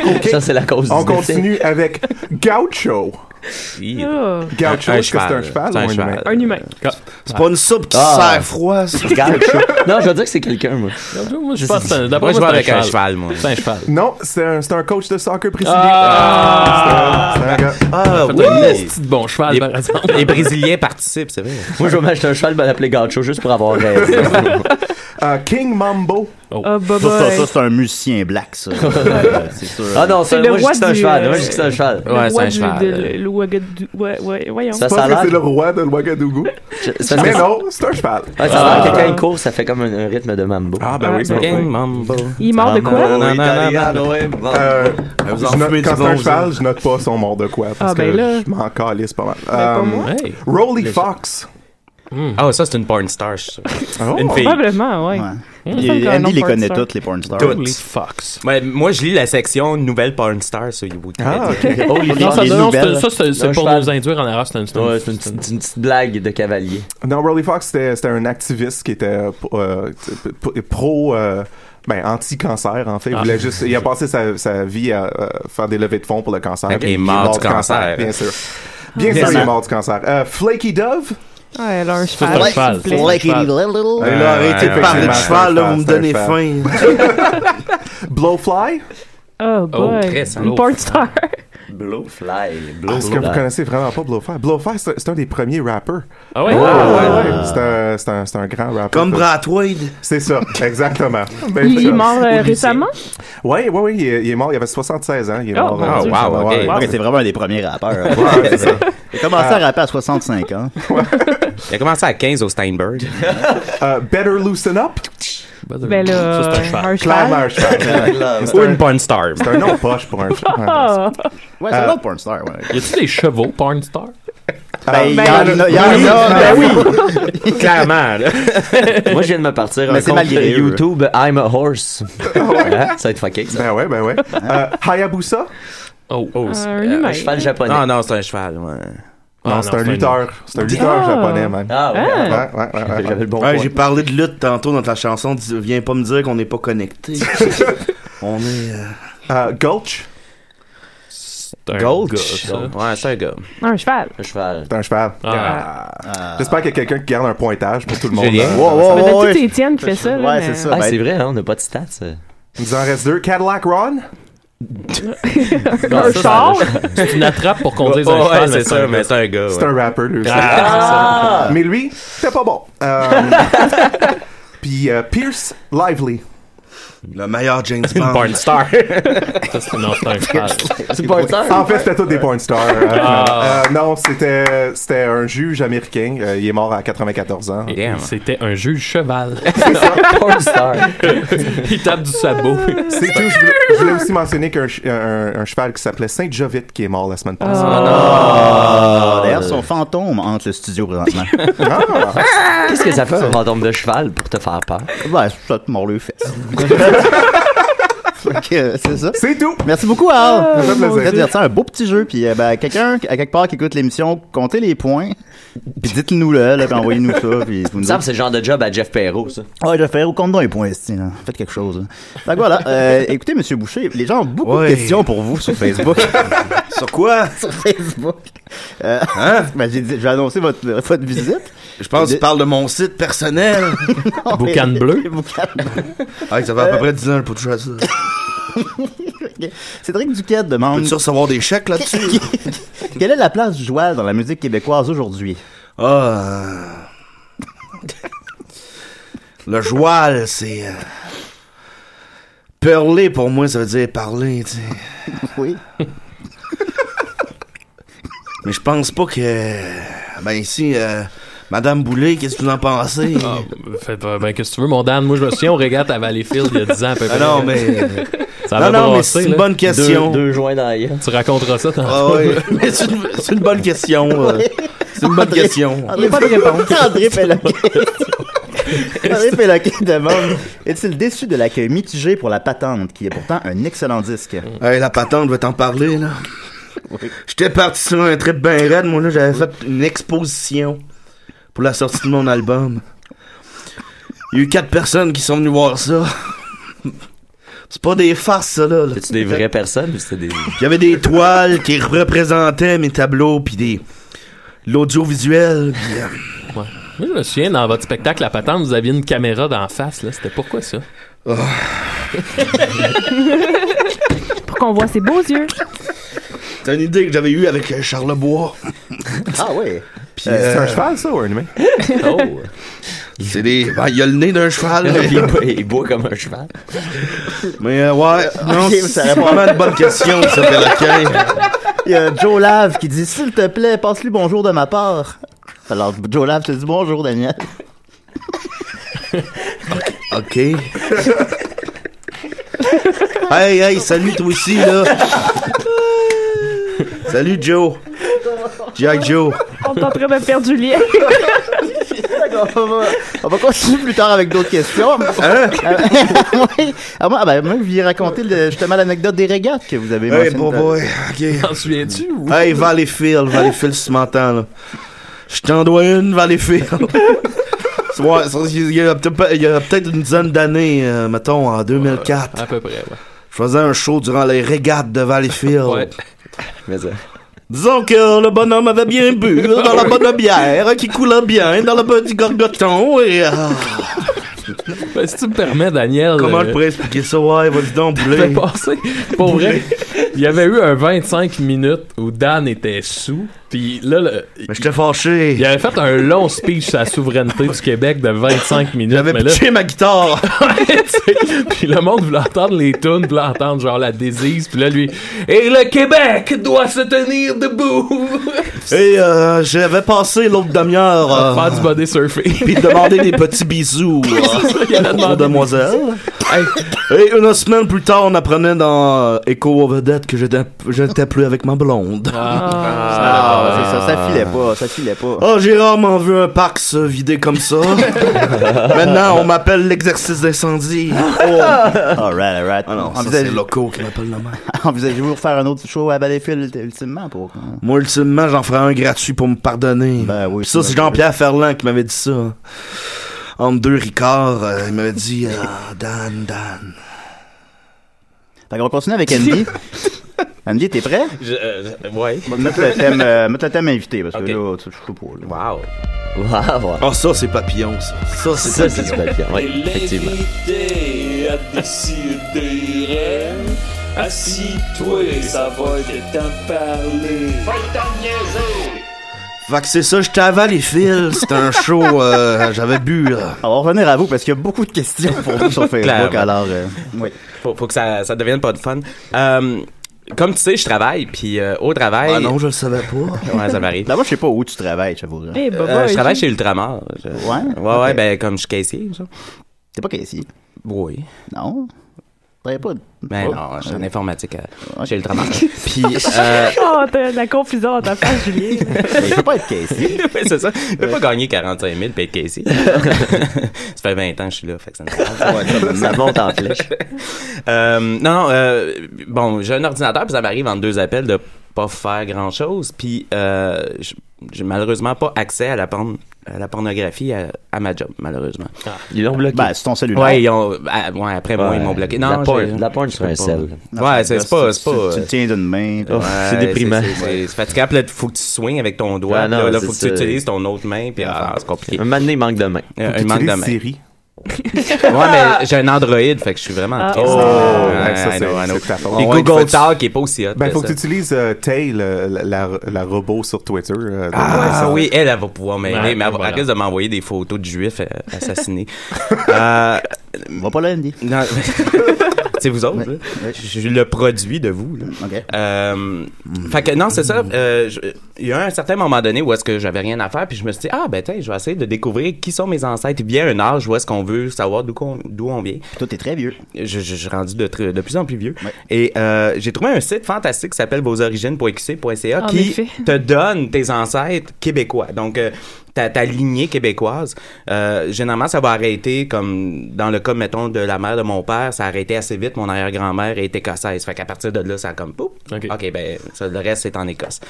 Ok. Ça, c'est la cause On du décès. continue avec Gaucho. Ah. Gaucho, est-ce que c'est un cheval ou un humain? Un humain. Ah. C'est pas une soupe qui Ah. sert froid, ça. Regarde, je- non, je veux dire que c'est quelqu'un, moi. Moi, je Je pense que sais- c'est- d'après moi, je moi, vais c'est avec un cheval, moi. C'est un cheval. Non, c'est un, c'est un coach de soccer précédé. Ah! C'est un- c'est un gars. Ah, Fait un esti de bon cheval, par exemple. Les Brésiliens participent, c'est vrai. Moi, je vais m'acheter un cheval, je vais l'appeler Gacho juste pour avoir raison. Ah. Euh, King Mambo. Ah, bah, Ça, ça, bah. ça, c'est un musicien black, ça. c'est sûr. Ah non, C'est ça, le moi, je roi dis que c'est un du, cheval. euh, Moi, je dis que c'est un cheval. Le roi du- de- le- le Ouagadougou- Ouais, ouais, voyons. Ça, Je ça a pense que l'air- c'est le roi de Ouagadougou. ça, Mais ça- Ah, non, c'est un cheval. Ouais, ça a l'air que quand il court, ça fait comme un, un rythme de mambo. Ah, ben oui, c'est King vrai. mambo. Il est mort de quoi? Non, non, Euh, Vous en je note- fumez du quand c'est un bon, cheval, je note pas son mort de quoi parce Ah, ben que là. Ben, je m'en calisse pas mal. Euh, Hey. Rolly Fox. Ah, ça, c'est une porn star. je suis sûr. Une fille. Probablement, ouais. Il- Ça me semble Andy les un connaît porn toutes, les porn stars. Toutes. Ouais, moi, je lis la section Nouvelle porn star sur Wikipédia. Ah, ok. Holy Non, ça, Les non, nouvelles. c'est- ça, c'est- c'est Un pour cheval. nous induire en erreur. C'est une, c'est une- Ouais, c'est une petite, une petite blague de cavalier. Non, Rolly Fox, c'était c'était un activiste qui était euh, euh, p- pro. euh, ben, anti-cancer, en fait. Il, voulait juste, il a passé sa, sa vie à euh, faire des levées de fonds pour le cancer. Ok, Puis il est mort du cancer. Bien sûr. Bien sûr, il est mort du cancer. Euh, Flaky Dove. Ouais, Ah, elle a un c'est un cheval. cheval. s'il vous plaît. Like it little. Hey, là, Ouais, arrêtez de parler de effectivement, cheval, c'est là, un vous me cheval, donnez c'est un faim. Blowfly. Oh, boy. très salaud. Une porn star. Blowfly. Ah, Est-ce que vous connaissez vraiment pas Blowfly? Blowfly, c'est c'est un des premiers rappeurs. Ah ouais? Ah ouais, ouais. C'est un, c'est un, c'est un grand rappeur. Comme Brad Wade. C'est ça, exactement. Ah, Ben, Il ça. est mort euh, récemment? Ouais, ouais, ouais, il est, il est mort, il avait 76 ans, il est Oh, mort. mon euh, Dieu. récemment. wow, ok. Ouais, Ouais, ouais. c'est vraiment un des premiers rappeurs. hein. Ouais, c'est ça. Il a commencé à rapper à 65 ans. Il a commencé à 15 au Steinberg. Euh, Better Loosen Up, Ben là, Ça, c'est un cheval. un Claire cheval. Marshall. Ou une porn star. C'est un nom poche pour un chat. Ah, Ouais, c'est Euh, un autre porn star, ouais. Y a-tu des chevaux, porn star? Ben, il y en a, il y en oui, ben a, ben mais- Clairement, là. Moi, je viens de me partir Mais un c'est compte malgré eux. YouTube I'm a horse. Hein? Ça va être fucké, ça. Ben ouais, ben ouais. Euh, Hayabusa, Oh, oh. un euh, humain. Un cheval japonais. Non, non, c'est un cheval, ouais. Ah, non, c'est un lutteur. C'est un lutteur Ah. japonais, man. Ah, Hein? ouais. Ouais, ouais, ouais, ouais. J'avais le bon Ouais, point. j'ai parlé de lutte tantôt dans ta chanson. dis- Viens pas me dire qu'on n'est pas connecté. On est. euh, Euh, Gulch, C'est un Gold? gars, ça. Ouais, c'est un gars. Euh, Un cheval. Un cheval. c'est un cheval. Ah. Ah. J'espère qu'il y a quelqu'un qui garde un pointage pour tout le monde. Julien. hein. Wow, wow, Mais wow, ben, ouais. tout Étienne qui fait ça. là, Ouais, mais- c'est ça. Ah, Ben, c'est vrai, hein, on n'a pas de stats. ça. Il nous en reste deux. Cadillac Ron. Un ça, char. C'est une attrape pour qu'on dise un Oh, ouais, cheval. mais c'est ça, un mais gars. Ah! c'est un gars. C'est un rapper, lui aussi. Mais lui, c'est pas bon. Euh, Puis euh, Pierce Lively. Le meilleur James Une Bond. porn star. Ça, c'est- Non, c'est un cheval. C'est pas un En fait, c'était tous des porn stars. Euh, Ah. euh, non, c'était c'était un juge américain. Euh, il est mort à 94 ans. Damn. C'était un juge cheval. porn star. Il tape du sabot. C'est tout. Je voulais, je voulais aussi mentionner qu'un ch- un, un cheval qui s'appelait Saint Jovite qui est mort la semaine passée. Ah, D'ailleurs, son fantôme hante le studio présentement. Ah. Qu'est-ce que ça fait un fantôme de cheval pour te faire peur? ben, ça te mord le fesses. Fait que, euh, c'est ça. C'est tout. Merci beaucoup, Al. Ça fait plaisir. Faites divertir un beau petit jeu. Puis, euh, ben, quelqu'un, à quelque part, qui écoute l'émission, comptez les points. Puis, dites-nous le, là, puis envoyez-nous ça. Puis, vous Il nous me semble que c'est le genre de job à Jeff Perrault, ça. Ouais, je vais faire au compte dans les points, esti, là. hein. Faites quelque chose. Là. Fait que voilà, euh, écoutez, Monsieur Boucher, les gens ont beaucoup Ouais. de questions pour vous sur Facebook. Sur quoi sur Facebook. Euh, ben, j'ai dit- je vais annoncer votre, votre visite. Hein? Je pense que tu parles de mon site personnel. Boucan bleu. Boucan bleu. Euh, Ah, ça fait à peu près 10 ans pour toucher à ça. Cédric Duquette demande Peux-tu recevoir des chèques là-dessus Quelle est la place du joual dans la musique québécoise aujourd'hui? Ah. euh, Le joual, c'est. euh, Perler pour moi, ça veut dire parler, tu sais. Oui. Mais je pense pas que. Ben ici, euh, Madame Boulay, qu'est-ce que vous en pensez? Ah, fait, ben, ben, qu'est-ce que tu veux, mon Dan? Moi, je me souviens, on regarde à Valleyfield il y a 10 ans à peu Ah près. non, mais. Ça va Non, non, mais brasser, c'est une là. bonne question. Deux- deux joints dans la gueule. Tu raconteras ça tantôt. Ah ouais, mais c'est une, c'est une bonne question. euh. C'est une bonne question. Il n'y a Ah, pas de réponse. André Péloquet. André Péloquet demande Est-il déçu de l'accueil mitigé pour La Patente, qui est pourtant un excellent disque Hey, la patente, va t'en parler, là. J'étais parti sur un trip bien raide, moi, là. J'avais fait une exposition pour la sortie de mon album. Il y a eu quatre personnes qui sont venues voir ça. C'est pas des farces, ça, là. C'est des vraies personnes ou c'était des. J'avais des toiles qui représentaient mes tableaux, puis des. l'audiovisuel, puis, euh, Ouais. Moi, je me souviens, dans votre spectacle La Patente, vous aviez une caméra d'en face. là. C'était pourquoi ça? Ah, Pour qu'on voit ses beaux yeux. C'est une idée que j'avais eue avec euh, Charles Bois. Ah oui. Puis, C'est euh, un cheval, ça, ou un humain? Oh. C'est des. ben, il a le nez d'un cheval. mais- il, boit, il boit comme un cheval. Mais euh, ouais, non, Ok, mais ça c'est répond. vraiment une bonne question, ça, Péloquin. Il y a Joe Lave qui dit S'il te plaît, passe-lui bonjour de ma part. Alors, Joe Lave te dit bonjour, Daniel. OK. hey, hey, salut toi aussi, là. salut, Joe. Jack Joe. On est en train de perdre Julien. on, va, on va continuer plus tard avec d'autres questions. Hein? Ah, oui. Ah, moi, ah, ben, moi, je vais raconter le- justement l'anecdote des régates que vous avez Hey, mentionnées. bon boy. OK. T'en souviens-tu? ou- Hey, Valleyfield, Valleyfield, si tu m'entends, là. Je t'en dois une, Valleyfield. C'est vrai, c'est vrai, Il y a peut-être il y a peut-être une dizaine d'années, euh, mettons, en 2004. À peu près, ouais. Je faisais un show durant les régates de Valleyfield. Ouais. Mais ça. Disons que le bonhomme avait bien bu euh, Ah, dans la bonne bière euh, qui coulait bien dans le petit gorgoton et... ah, Ben, si tu me permets, Daniel. comment euh, je pourrais expliquer ça? Ouais, vas-y donc, boulet. fait passer. Pour vrai, il y avait eu un 25 minutes où Dan était sous. Puis là, le- Mais j'étais fâché. il avait fait un long speech sur la souveraineté du Québec de 25 minutes. J'avais mais là, pitché ma guitare. Ouais, tu sais. puis le monde voulait entendre les tunes, voulait entendre genre la désise, puis là lui et le Québec doit se tenir debout. Et euh, j'avais passé l'autre demi-heure euh, Faire du body surfing. puis demander des petits bisous ça, il allait euh, demander des aux Ben, demoiselles. Hey, Et une semaine plus tard, on apprenait dans euh, Echo of Dead que j'étais- je n'étais plus avec ma blonde. Ah. Ah, c'est ça, ça filait pas, ça filait pas. Oh, j'ai rarement vu un parc se vider comme ça. Maintenant, on m'appelle l'exercice d'incendie. Alright, alright. Ah non, ça, c'est Envisagez- locaux qui m'appellent le même. Envisagez-vous de faire un autre show à Battlefield ultimement pour. euh, Moi, ultimement, j'en ferai un gratuit pour me pardonner. Ben oui. Puis ça, c'est Jean-Pierre Ferland qui m'avait dit ça. Entre deux Ricard, euh, il m'avait dit Ah, Dan, Dan. Fait qu'on continue avec Andy. Andy, t'es prêt? Je, euh, je- ouais. On va Mettre le thème, euh, mettre le thème invité parce que Ok. là, tu- je sais pas. là. Wow. Waouh. Oh, ça, c'est papillon, ça. Ça, c'est Ça, c'est du papillon. papier. Oui, effectivement. L'invité a décidé. Assis-toi, ça va être temps de parler. Va t'en niaiser! Fait que c'est ça, j'étais avant les fils. C'était un show, euh, j'avais bu. euh. On va revenir à vous parce qu'il y a beaucoup de questions pour vous sur Facebook. Clairement. alors, euh, oui. Faut, faut que ça, ça devienne pas de fun. Euh, comme tu sais, je travaille, puis euh, au travail. Ah non, je le savais pas. Ouais, ça m'arrive. Là-bas, je sais pas où tu travailles, j'avoue. là. Eh, Baba, Euh, je et travaille tout. chez Ultramar. Je- Ouais? Ouais, ouais, ben comme je suis caissier, genre. T'es pas caissier? Oui. Non? T'avais pas. de- Ben Oh. non, je suis en informatique euh, Ok. chez Ultramar. Puis, euh, Oh, t'as de la confusion dans ta face, Julien. Mais je peux pas être caissier. ouais, c'est ça. Je peux pas gagner 45 000 puis être caissier. ça fait 20 ans que je suis là, fait que ça me parle. Ça monte en flèche. Euh, non, non, euh, bon, j'ai un ordinateur, puis ça m'arrive en deux appels de pas faire grand chose, puis euh, j- j'ai malheureusement pas accès à la, porn- à la pornographie à, à ma job, malheureusement. Ah, Ils l'ont bloqué. Ben, c'est ton cellulaire. Ouais, ils ont, ah, ouais, après moi, Ouais, ils m'ont bloqué. la Non, porn- j'ai- la porn je sur un peux pas. sel. Ouais, c'est c'est pas. Tu- c'est pas, Tu, euh, le tiens d'une main. puis- Oh, c'est ouais, déprimant. c'est- C'est c'est fatigant, puis là, faut que tu soignes avec ton doigt, Ah, puis là, non, là, c'est faut que tu ça. utilises ton autre main, puis ah, c'est compliqué. Un moment donné, il manque de main. Euh, Tu il manque de utilises main. Siri. Ouais, Ah. mais j'ai un Android, fait que je suis vraiment Ah. triste. Oh, ouais, ça, c'est- I know, I know. c'est de ta faute. Puis Ah ouais, faut Google que Talk est pas aussi hot. Ben, faut que ça. tu utilises euh, Tail, euh, la, la, la robot sur Twitter. euh, Ah dans- oui, elle, elle va pouvoir Ben, m'aider, Ouais, mais elle, va- voilà. elle risque de m'envoyer des photos de juifs euh, assassinés. Euh, On va pas là, Andy. non, c'est vous autres. là. Je je suis le produit de vous. là. Euh, Fait que non, c'est ça. euh, je- Il y a un certain moment donné où est-ce que j'avais rien à faire, puis je me suis dit, ah ben tiens, je vais essayer de découvrir qui sont mes ancêtres. Bien un âge où est-ce qu'on veut savoir d'où qu'on- d'où on vient. Toi, t'es très vieux. Je, je, je suis rendu de, tr- de plus en plus vieux. Et euh, j'ai trouvé un site fantastique qui s'appelle vosorigines.qc.ca En qui effet. te donne tes ancêtres québécois. Donc, euh, ta, ta lignée québécoise, euh, généralement, ça va arrêter, comme dans le cas, mettons, de la mère de mon père, ça a arrêté assez vite. Mon arrière-grand-mère est écossaise. Fait qu'à partir de là, ça a comme pouf. OK, ben, ça, le reste, c'est en Écosse.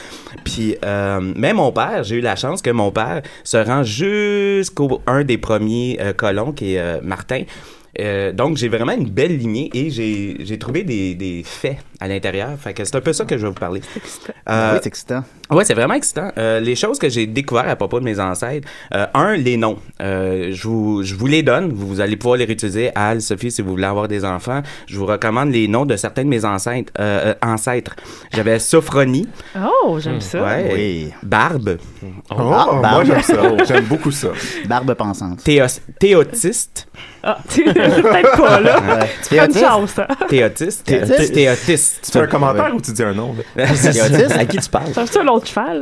Puis, euh, mais mon père, j'ai eu la chance que mon père se rend jusqu'au un des premiers euh, colons, qui est euh, Martin. Euh, donc, j'ai vraiment une belle lignée et j'ai j'ai trouvé des, des faits à l'intérieur. Fait que c'est un peu ça que je vais vous parler. Oui, c'est excitant. Oui, c'est vraiment excitant. Euh, les choses que j'ai découvertes à propos de mes ancêtres, euh, un, les noms. Euh, je, vous, je vous les donne, vous, vous allez pouvoir les réutiliser. Al, Sophie, si vous voulez avoir des enfants, je vous recommande les noms de certains de mes ancêtres. euh, euh, ancêtres. J'avais Sophronie. Hmm. Oh, j'aime ça. Ouais. Barbe. Oh, Ah, moi, barbe. Oh. j'aime ça. J'aime beaucoup ça. Barbe pensante. Théos- théotiste. Ah, peut-être pas, là. Tu fais une chance, hein. Théotiste. Théotiste? Théotiste. Tu fais un commentaire ou tu dis un nom? là? Théotiste? À qui tu parles? C'est ça l'autre cheval.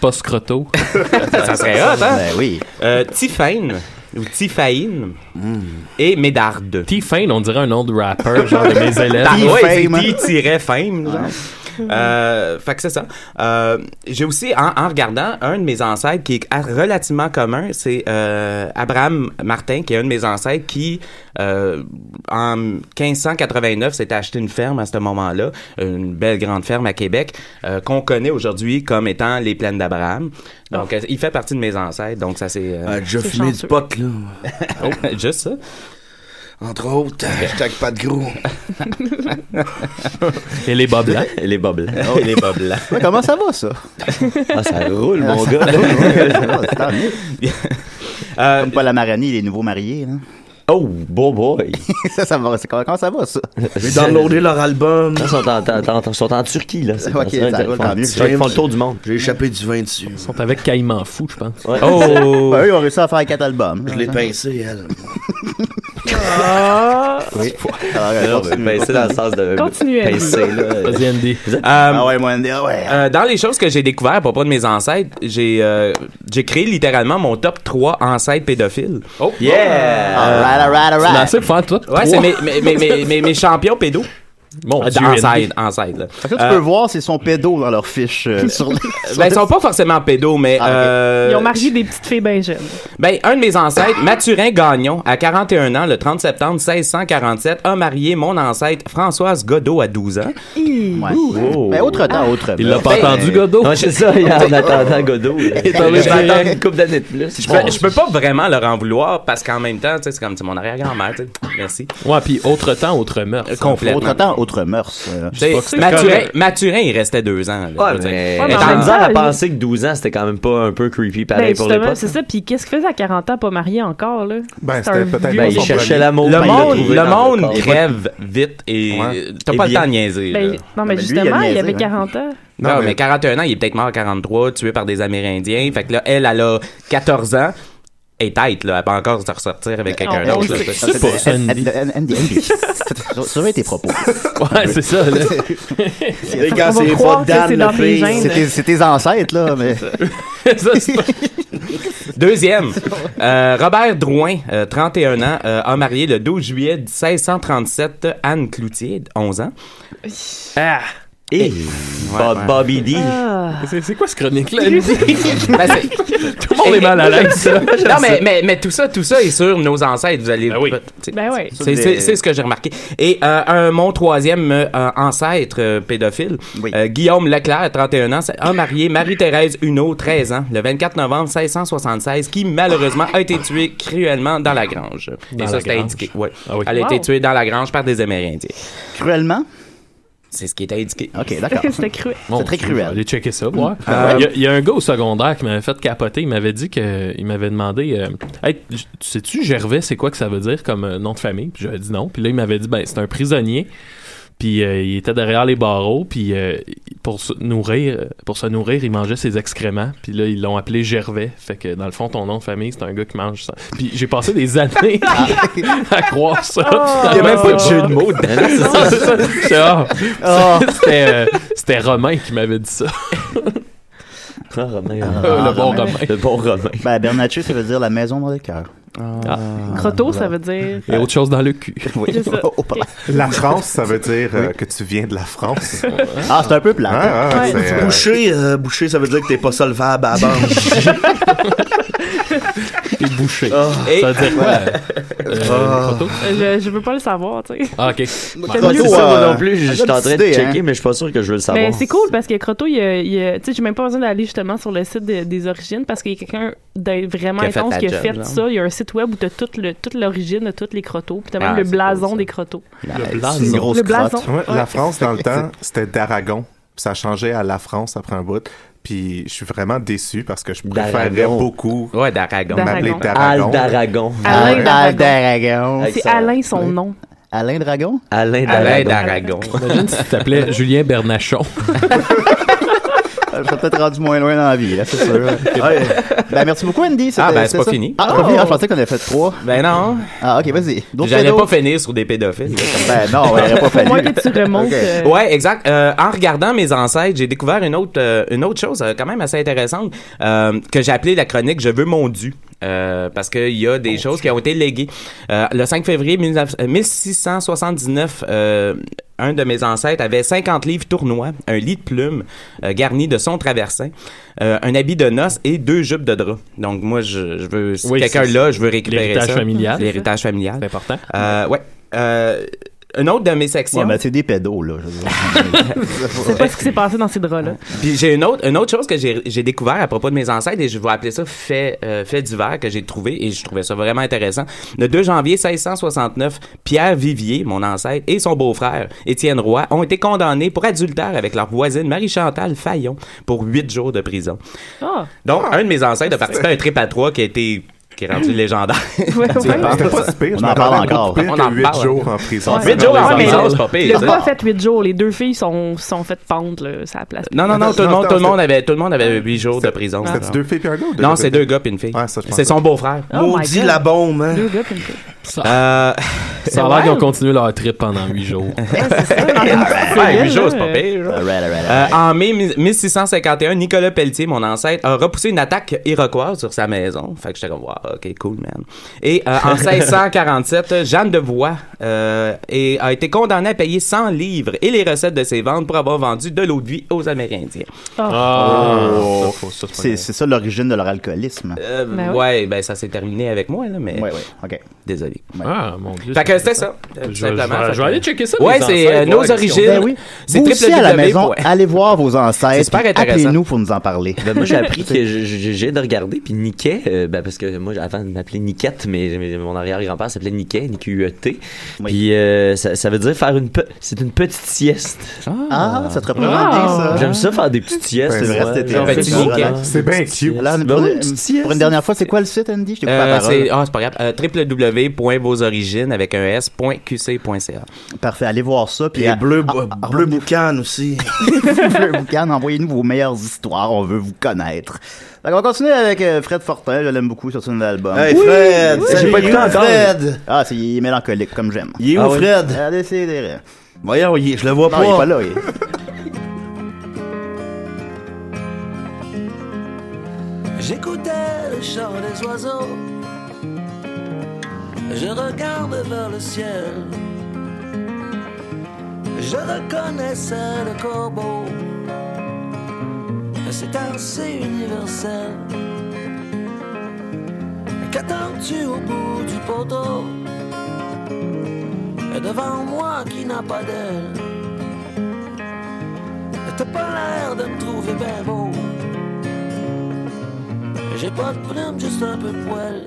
post-croto. ça serait hot, hein? Ben oui. Euh, Tiffaine. Ou Tiffaine. Hmm. Et Médarde. Tiffaine, on dirait un nom de rapper, genre de mes élèves. Ah, ouais, c'est Tiffaine. T-fame. genre. Euh, fait que c'est ça. Euh, J'ai aussi, en, en regardant, un de mes ancêtres qui est a- relativement commun, c'est euh, Abraham Martin, qui est un de mes ancêtres qui, euh, en 1589, s'est acheté une ferme à ce moment-là, une belle grande ferme à Québec, euh, qu'on connaît aujourd'hui comme étant les plaines d'Abraham. Donc, euh, il fait partie de mes ancêtres, donc ça c'est... euh, Ah, déjà Ah. C'est fumé du chanceux. pot, là. Oh, juste ça. Entre autres, hashtag pas de gros. Et les bas blancs. Et les bas blancs. Oh, et les bas blancs. Ouais, comment ça va, ça? Ah, ça roule, Ah, mon ça gars. Euh, roule, ouais, ça va, c'est tant mieux. Comme Paul Amarani, les nouveaux mariés. Là. Oh, beau boy! ça, ça va, c'est- comment ça va, ça? J'ai downloadé leur album. Ils sont en, en- en- sont en Turquie, là. C'est Ok, ils ça roule, font- tant mieux. Ils font le tour du monde. J'ai échappé du vin dessus. Ils sont avec Caïman Fou, je pense. Oh! Ben, eux, ils ont réussi à faire quatre albums. Je l'ai pincé, elle. Oui. Alors, ben, c'est pincé dans le sens de. Continuez. Pincé, là. Vas-y, Andy. Ah ouais, moi, Andy, ah ouais. Euh, dans les choses que j'ai découvertes à propos de mes ancêtres, j'ai euh, j'ai créé littéralement mon top 3 ancêtres pédophiles. Oh, yeah! Alright, alright, alright. Tu l'as assez pour faire tout Ouais, trois. c'est mes, mes, mes, mes, mes- mes champions pédos. Mon Dieu, Andy. ancêtres, ancêtres, là. Fait que là, tu Euh, peux voir, c'est son pédo dans leur fiche. euh, sur les... sur ben, les- ils sont pas forcément pédos, mais... euh, Ils ont marié des petites filles bien jeunes. Ben, un de mes ancêtres, Mathurin Gagnon, à 41 ans, le 30 septembre 1647, a marié mon ancêtre Françoise Godot à 12 ans. Ouais. hein? Oh. Ben, Mais Ben, autre temps, autre Il l'a pas entendu, Godot? Non, Ben, c'est ça, il en attendant Godot. là. Et dans le Je vais direct. attendre une couple d'années de plus. Je peux, je peux pas vraiment leur en vouloir parce qu'en même temps, tu sais, c'est comme tu sais, mon arrière-grand-mère. tu sais. Merci. Ouais, puis autre temps, autre Euh, meurtre. Complètement. Autre temps, autre mœurs. euh. Tu sais, Mathurin, Mathurin, Ben, il restait deux ans. là, je veux Mais dire. mais j'ai en même misère à temps, penser que 12 ans, c'était quand même pas un peu creepy pareil Ben, pour les justement, potes. c'est ça. Puis qu'est-ce qu'il faisait à 40 ans, pas marié encore, là? Ben, C'est un c'était peut-être vieux. Ben, il cherchait l'amour. Le ben, il l'a monde, trouvé le dans monde corps. crève vite et Ouais. t'as Et pas le bien. temps de niaiser. Ben, là. non, Ben, lui, mais il a justement, il niaisé, avait hein. 40 ans. Non, mais... 41 ans, il est peut-être mort à 43, tué par des Amérindiens. Fait que là, elle, elle a 14 ans. Et tête, là, elle peut encore se ressortir Ben, avec quelqu'un Ah, d'autre. oui, là. c'est- c'est- c'est- Andy, Andy, Andy. Surveille tes propos. Ouais, c'est ça, là. C'est quand On va c'est croire pas que Dan c'est dans Lefebvre. les gènes. C'est tes- C'est tes ancêtres, là, mais. Deuxième, euh, Robert Drouin, euh, 31 ans, euh, a marié le 12 juillet 1637 Anne Cloutier, 11 ans. Ah! Et Eh, Bob- Bobby D. Ah! Ah. C'est c'est quoi ce chronique-là? Ben, Eh, Andy? Tout le monde est mal à l'aise, ça. non, mais, mais, mais tout ça, tout ça est sur nos ancêtres. Vous allez. Tu sais, Ben oui. C'est, c'est- c'est ce que j'ai remarqué. Et euh, un, mon troisième euh, euh, ancêtre euh, pédophile, euh, Guillaume Leclerc, 31 ans, a marié Marie-Thérèse Huneau, 13 ans, le 24 novembre 1676, qui malheureusement a été tuée cruellement dans la grange. Dans Et la ça, c'était grange. Ah indiqué. Ouais. oui. Elle a été Wow. tuée dans la grange par des Amérindiens. Cruellement? C'est ce qui était indiqué. OK, C'était cruel. Mon Dieu, je vais aller checker ça, voir. Ah ouais? Euh, Il y a- il y, a un gars au secondaire qui m'avait fait capoter. Il m'avait dit que. Il m'avait demandé. euh, hey, tu tu sais-tu, Gervais, c'est quoi que ça veut dire comme euh, nom de famille? Puis j'avais dit non. Puis là, il m'avait dit, ben, c'est un prisonnier. Puis euh, il était derrière les barreaux, puis euh, pour se nourrir, euh, pour se nourrir, il mangeait ses excréments. Puis là, ils l'ont appelé Gervais. Fait que dans le fond, ton nom de famille, c'est un gars qui mange ça. Puis j'ai passé des années à, à croire ça. Il n'y a même pas de jeu de mots dedans. C'est ça, c'est ça. J'étais, ah, C'était, euh, c'était Romain qui m'avait dit ça. Ah, Romain. le bon Romain. Le bon Romain. Ben, Bernatchez, ça veut dire la maison dans le cœur. Ah. Croto, ça veut dire. Et autre chose dans le cul. Oui. C'est ça. Oh, pardon. La France, ça veut dire euh, que tu viens de la France. Ah, c'est un peu plat. Ah, ah, Ouais. c'est, euh, Boucher, euh, boucher, ça veut dire que t'es pas solvable à la banque. Et bouché. Ça veut dire quoi? euh, Ah. Croteau? Je, je veux pas le savoir, tu sais. Ah, ok. Quel Pas mieux. euh, tout ça, moi non plus. elle Je a suis en train de décidé, hein. euh, checker, mais je suis pas sûr que je veux le Mais savoir. Ben, c'est cool parce que Croto, il, a- il a- tu sais, j'ai même pas besoin d'aller justement sur le site de- des origines parce qu'il y a quelqu'un d'un- vraiment Qui a fait intense la qui a job, fait genre. ça. Il y a un site web où t'as toute le, toute l'origine de tous les Crotos, puis t'as même Ah, le c'est cool, blason ça. des Crotos. Le blason. C'est une grosse Le blason. crotte. Ouais, Ouais. La France, dans le temps, c'était d'Aragon. Puis ça a changé à la France après un bout. Puis je suis vraiment déçu parce que je préférais D'Aragon. beaucoup Ouais, d'Aragon. m'appeler D'Aragon. d'Aragon. Al d'Aragon. Alain Al Dragon. Ah, Dragon. Avec C'est son- Alain son nom. Alain Dragon? Alain Alain d'Aragon. Imagine si tu t'appelais Julien Bernachon. Ah, Je serais peut-être rendu moins loin dans la vie, là, c'est sûr. Ouais. Ben, merci beaucoup, Andy. C'était- Ah, ben, c'est c'était pas ça. fini. Ah, c'est pas fini. Ah, je pensais qu'on avait fait trois. Ben non. Ah, ok, vas-y. D'autres J'allais cadeaux? pas finir sur des pédophiles. là, comme- Ben, non, ouais, il aurait pas Pour moi fallu. que tu remontes. euh, Ouais, exact. Euh, en regardant mes ancêtres, j'ai découvert une autre, euh, une autre chose euh, quand même assez intéressante euh, que j'ai appelée la chronique Je veux mon dû. Euh, parce qu'il y a des choses qui ont été léguées. Euh, le 5 février euh, 19- 1679, euh, un de mes ancêtres avait 50 livres tournois, un lit de plumes euh, garni de son traversin, euh, un habit de noces et deux jupes de drap. Donc moi, je, je veux, si Oui, quelqu'un c'est- là, je veux récupérer l'héritage ça. familial. L'héritage familial. C'est important. Euh, ouais. Euh, une autre de mes sections. Ouais, ben, c'est des pédos, là. je veux dire. C'est pas ce qui s'est passé dans ces draps-là. Puis j'ai une autre, une autre chose que j'ai j'ai découvert à propos de mes ancêtres et je vais appeler ça fait, euh, fait divers que j'ai trouvé et je trouvais ça vraiment intéressant. Le 2 janvier 1669, Pierre Vivier, mon ancêtre, et son beau-frère, Étienne Roy, ont été condamnés pour adultère avec leur voisine Marie-Chantal Fayon pour huit jours de prison. Ah! Donc, un de mes ancêtres a participé à un trip à trois qui a été qui est rendu légendaire. Ouais, Tu y ouais. penses? C'était pas si pire. On je en m'attendais parle à beaucoup encore. pire On que en huit parle. jours en prison. Ouais. Huit jours en Ouais, Ah, mais prison, le- c'est pas pire. Le ça. gars a fait 8 jours. Les deux filles sont, sont faites pendre là, sur la place. Non, non, non, tout le Non, monde, non, tout le monde c'était- avait, tout le monde avait huit jours de prison. C'était deux filles et un gars ou deux Non, gars? c'est deux gars puis une fille. Ouais, ça, je c'est pensais. son beau-frère. Oh my Maudit God. la bombe, hein. Deux gars puis une fille. Euh, Ça Eh, a l'air qu'ils ont continué leur trip pendant huit jours. ouais, huit là, jours, c'est pas euh, pire. genre. All right, all right, all right. Euh, en mai mi- 1651, Nicolas Pelletier, mon ancêtre, a repoussé une attaque iroquoise sur sa maison. Fait que j'étais comme, wow, ok, cool, man. Et euh, en 1647, Jeanne de Voix euh, et- a été condamnée à payer 100 livres et les recettes de ses ventes pour avoir vendu de l'eau de vie aux Amérindiens. Ah, Oh. ça, faut- ça, c'est pas C'est c'est ça l'origine de leur alcoolisme. Euh, Ben oui. ouais, ben ça s'est terminé avec moi, là, mais Ouais, ouais, ok. désolé. grave. Ah, mon Dieu. Fait que c'est c'était intéressant. ça. euh, tout Je, je- simplement. je vais Fait aller que- checker ça. mes Ouais, c'est, ancêtres, euh, voir nos si on- origines. Ben oui. C'est Vous aussi à la maison, allez voir vos ancêtres. E C'est super puis intéressant. Appelez-nous pour nous en parler. Ben, moi, j'ai appris C'est- que je- je- j'ai de regarder, puis Niquet, euh, ben, parce que moi, avant de m'appeler Niquette, mais, mais mon arrière-grand-père s'appelait Niquet, Oui. N-Q-U-E-T. E Puis euh, ça, ça veut dire faire une... pe- C'est une petite sieste. Ah, ça te représente bien, Wow. ça. J'aime ça faire des petites siestes. Ben, moi. le reste était- Genre, Ben, c'est tu ça, niquais. relax. C'est bien Petite cute. sieste. Là, Ben pour, oui, une petite sieste. pour une dernière fois, c'est quoi le site, Andy? Je t'ai coupé la Euh, c'est parole. ah, c'est pas grave. Euh, www.vosorigines avec un s.qc.ca. Parfait, allez voir ça. Puis Et à- bleu, ah, Bo- ah, bleu boucan aussi. Bleu Boucan, envoyez-nous vos meilleures histoires, on veut vous connaître. Fait qu'on va continuer avec euh, Fred Fortin, je l'aime beaucoup sur son nouvel album. Hey Fred, Oui, salut, j'ai pas il est écouté où, encore. Fred. Ah, c'est il est mélancolique, comme j'aime. Il est où Ah oui. Fred? Allez, c'est des rêves. Voyons, il est- je le vois Non, il est pas. pas là, il est- J'écoutais le chant des oiseaux. Je regarde vers le ciel. Je reconnaissais le corbeau. C'est assez universel. Qu'attends-tu au bout du poteau? Et devant moi qui n'a pas d'aile. T'as pas l'air de me trouver bien beau. J'ai pas de plume, juste un peu de poil.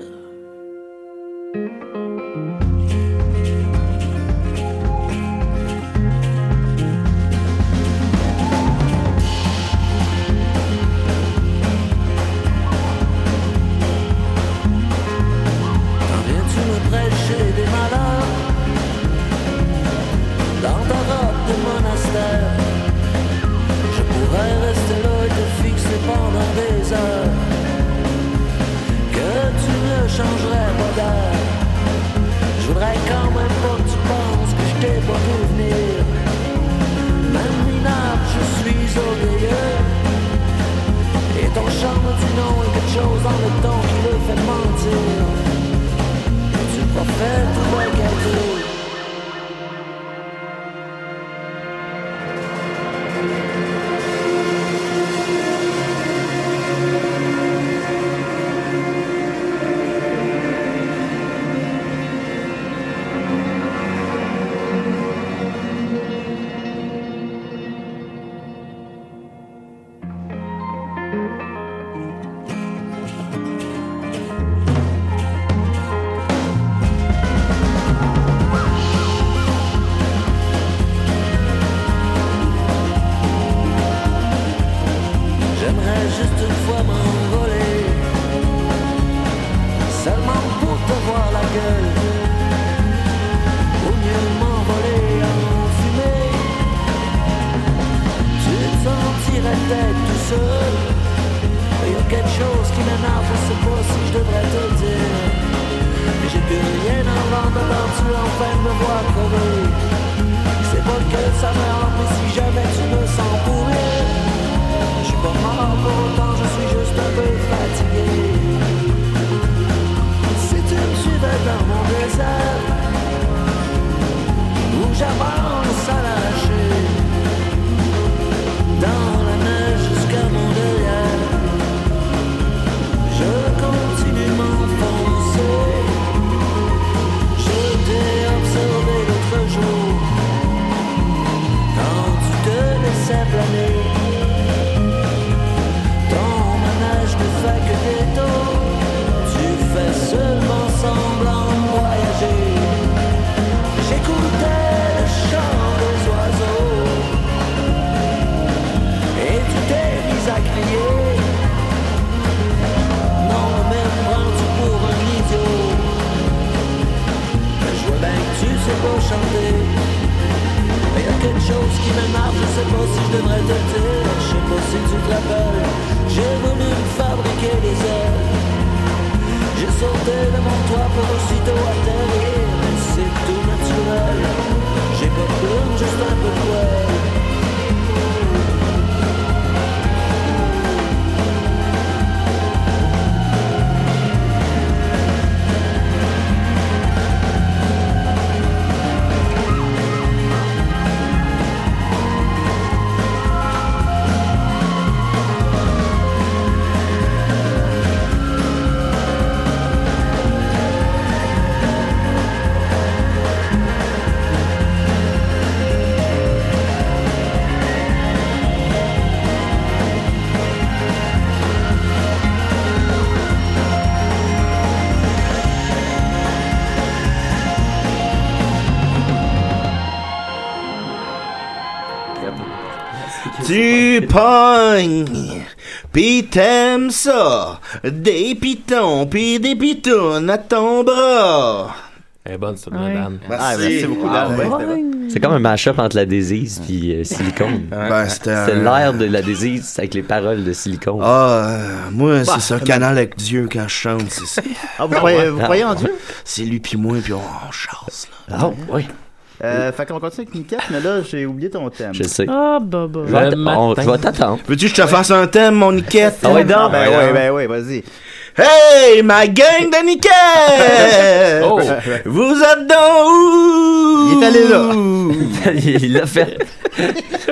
T'en viens-tu me prêcher des malheurs dans ta robe quelque chose qui m'énerve, je sais pas si je devrais te le dire. Mais j'ai plus rien à vendre quand tu enfin me vois crever. C'est pas que ça me rend, mais si jamais tu me sens pourrir, je suis pas mort pour autant, je suis juste un peu fatigué. Si tu me suivais dans mon désert, où j'avance à lâcher, dans la neige jusqu'à mon derrière. Je continue m'enfoncer. Je t'ai observé l'autre jour quand tu te laissais planer. Ton manège ne fait que des tours. Tu fais seulement semblant de voyager. J'écoutais le chant des oiseaux et tu t'es mis à crier. Non, mais me prends-tu pour un idiot? Mais je vois bien que tu sais pas chanter. Mais y'a quelque chose qui m'énerve, je sais pas si je devrais te le dire. Je sais pas si tu te rappelles, j'ai voulu me fabriquer des ailes. J'ai sauté de mon toit pour aussitôt atterrir, mais c'est tout naturel. J'ai pas de plume, juste un peu de poil. Tu pognes, pis t'aimes ça. Des pitons, pis des pitounes à ton bras. Elle est bonne, cette Ouais. madame. Merci. Ah, merci beaucoup, Dan. Ouais, c'était bon. C'est comme un mash-up entre la désise puis euh, silicone. Ben, c'était un- c'est l'air de la désise avec les paroles de silicone. Ah, euh, moi, Bah, c'est ça, mais- canal avec Dieu quand je chante. c'est ça. Ah, vous croyez- vous croyez en Dieu? C'est lui puis moi, puis on, on chasse, là. Ah, oui. Euh, fait qu'on continue avec Nikat, mais là, j'ai oublié ton thème. Je sais. Ah, bah, bah. Je vais t- on- je vais t'attendre. Veux-tu que je te fasse un thème, mon niquette? Ah ouais, donc. Ben ouais, ben ouais, vas-y. Hey, ma gang de niquette! Oh. Vous êtes dans où? Il est allé là. Il l'a fait.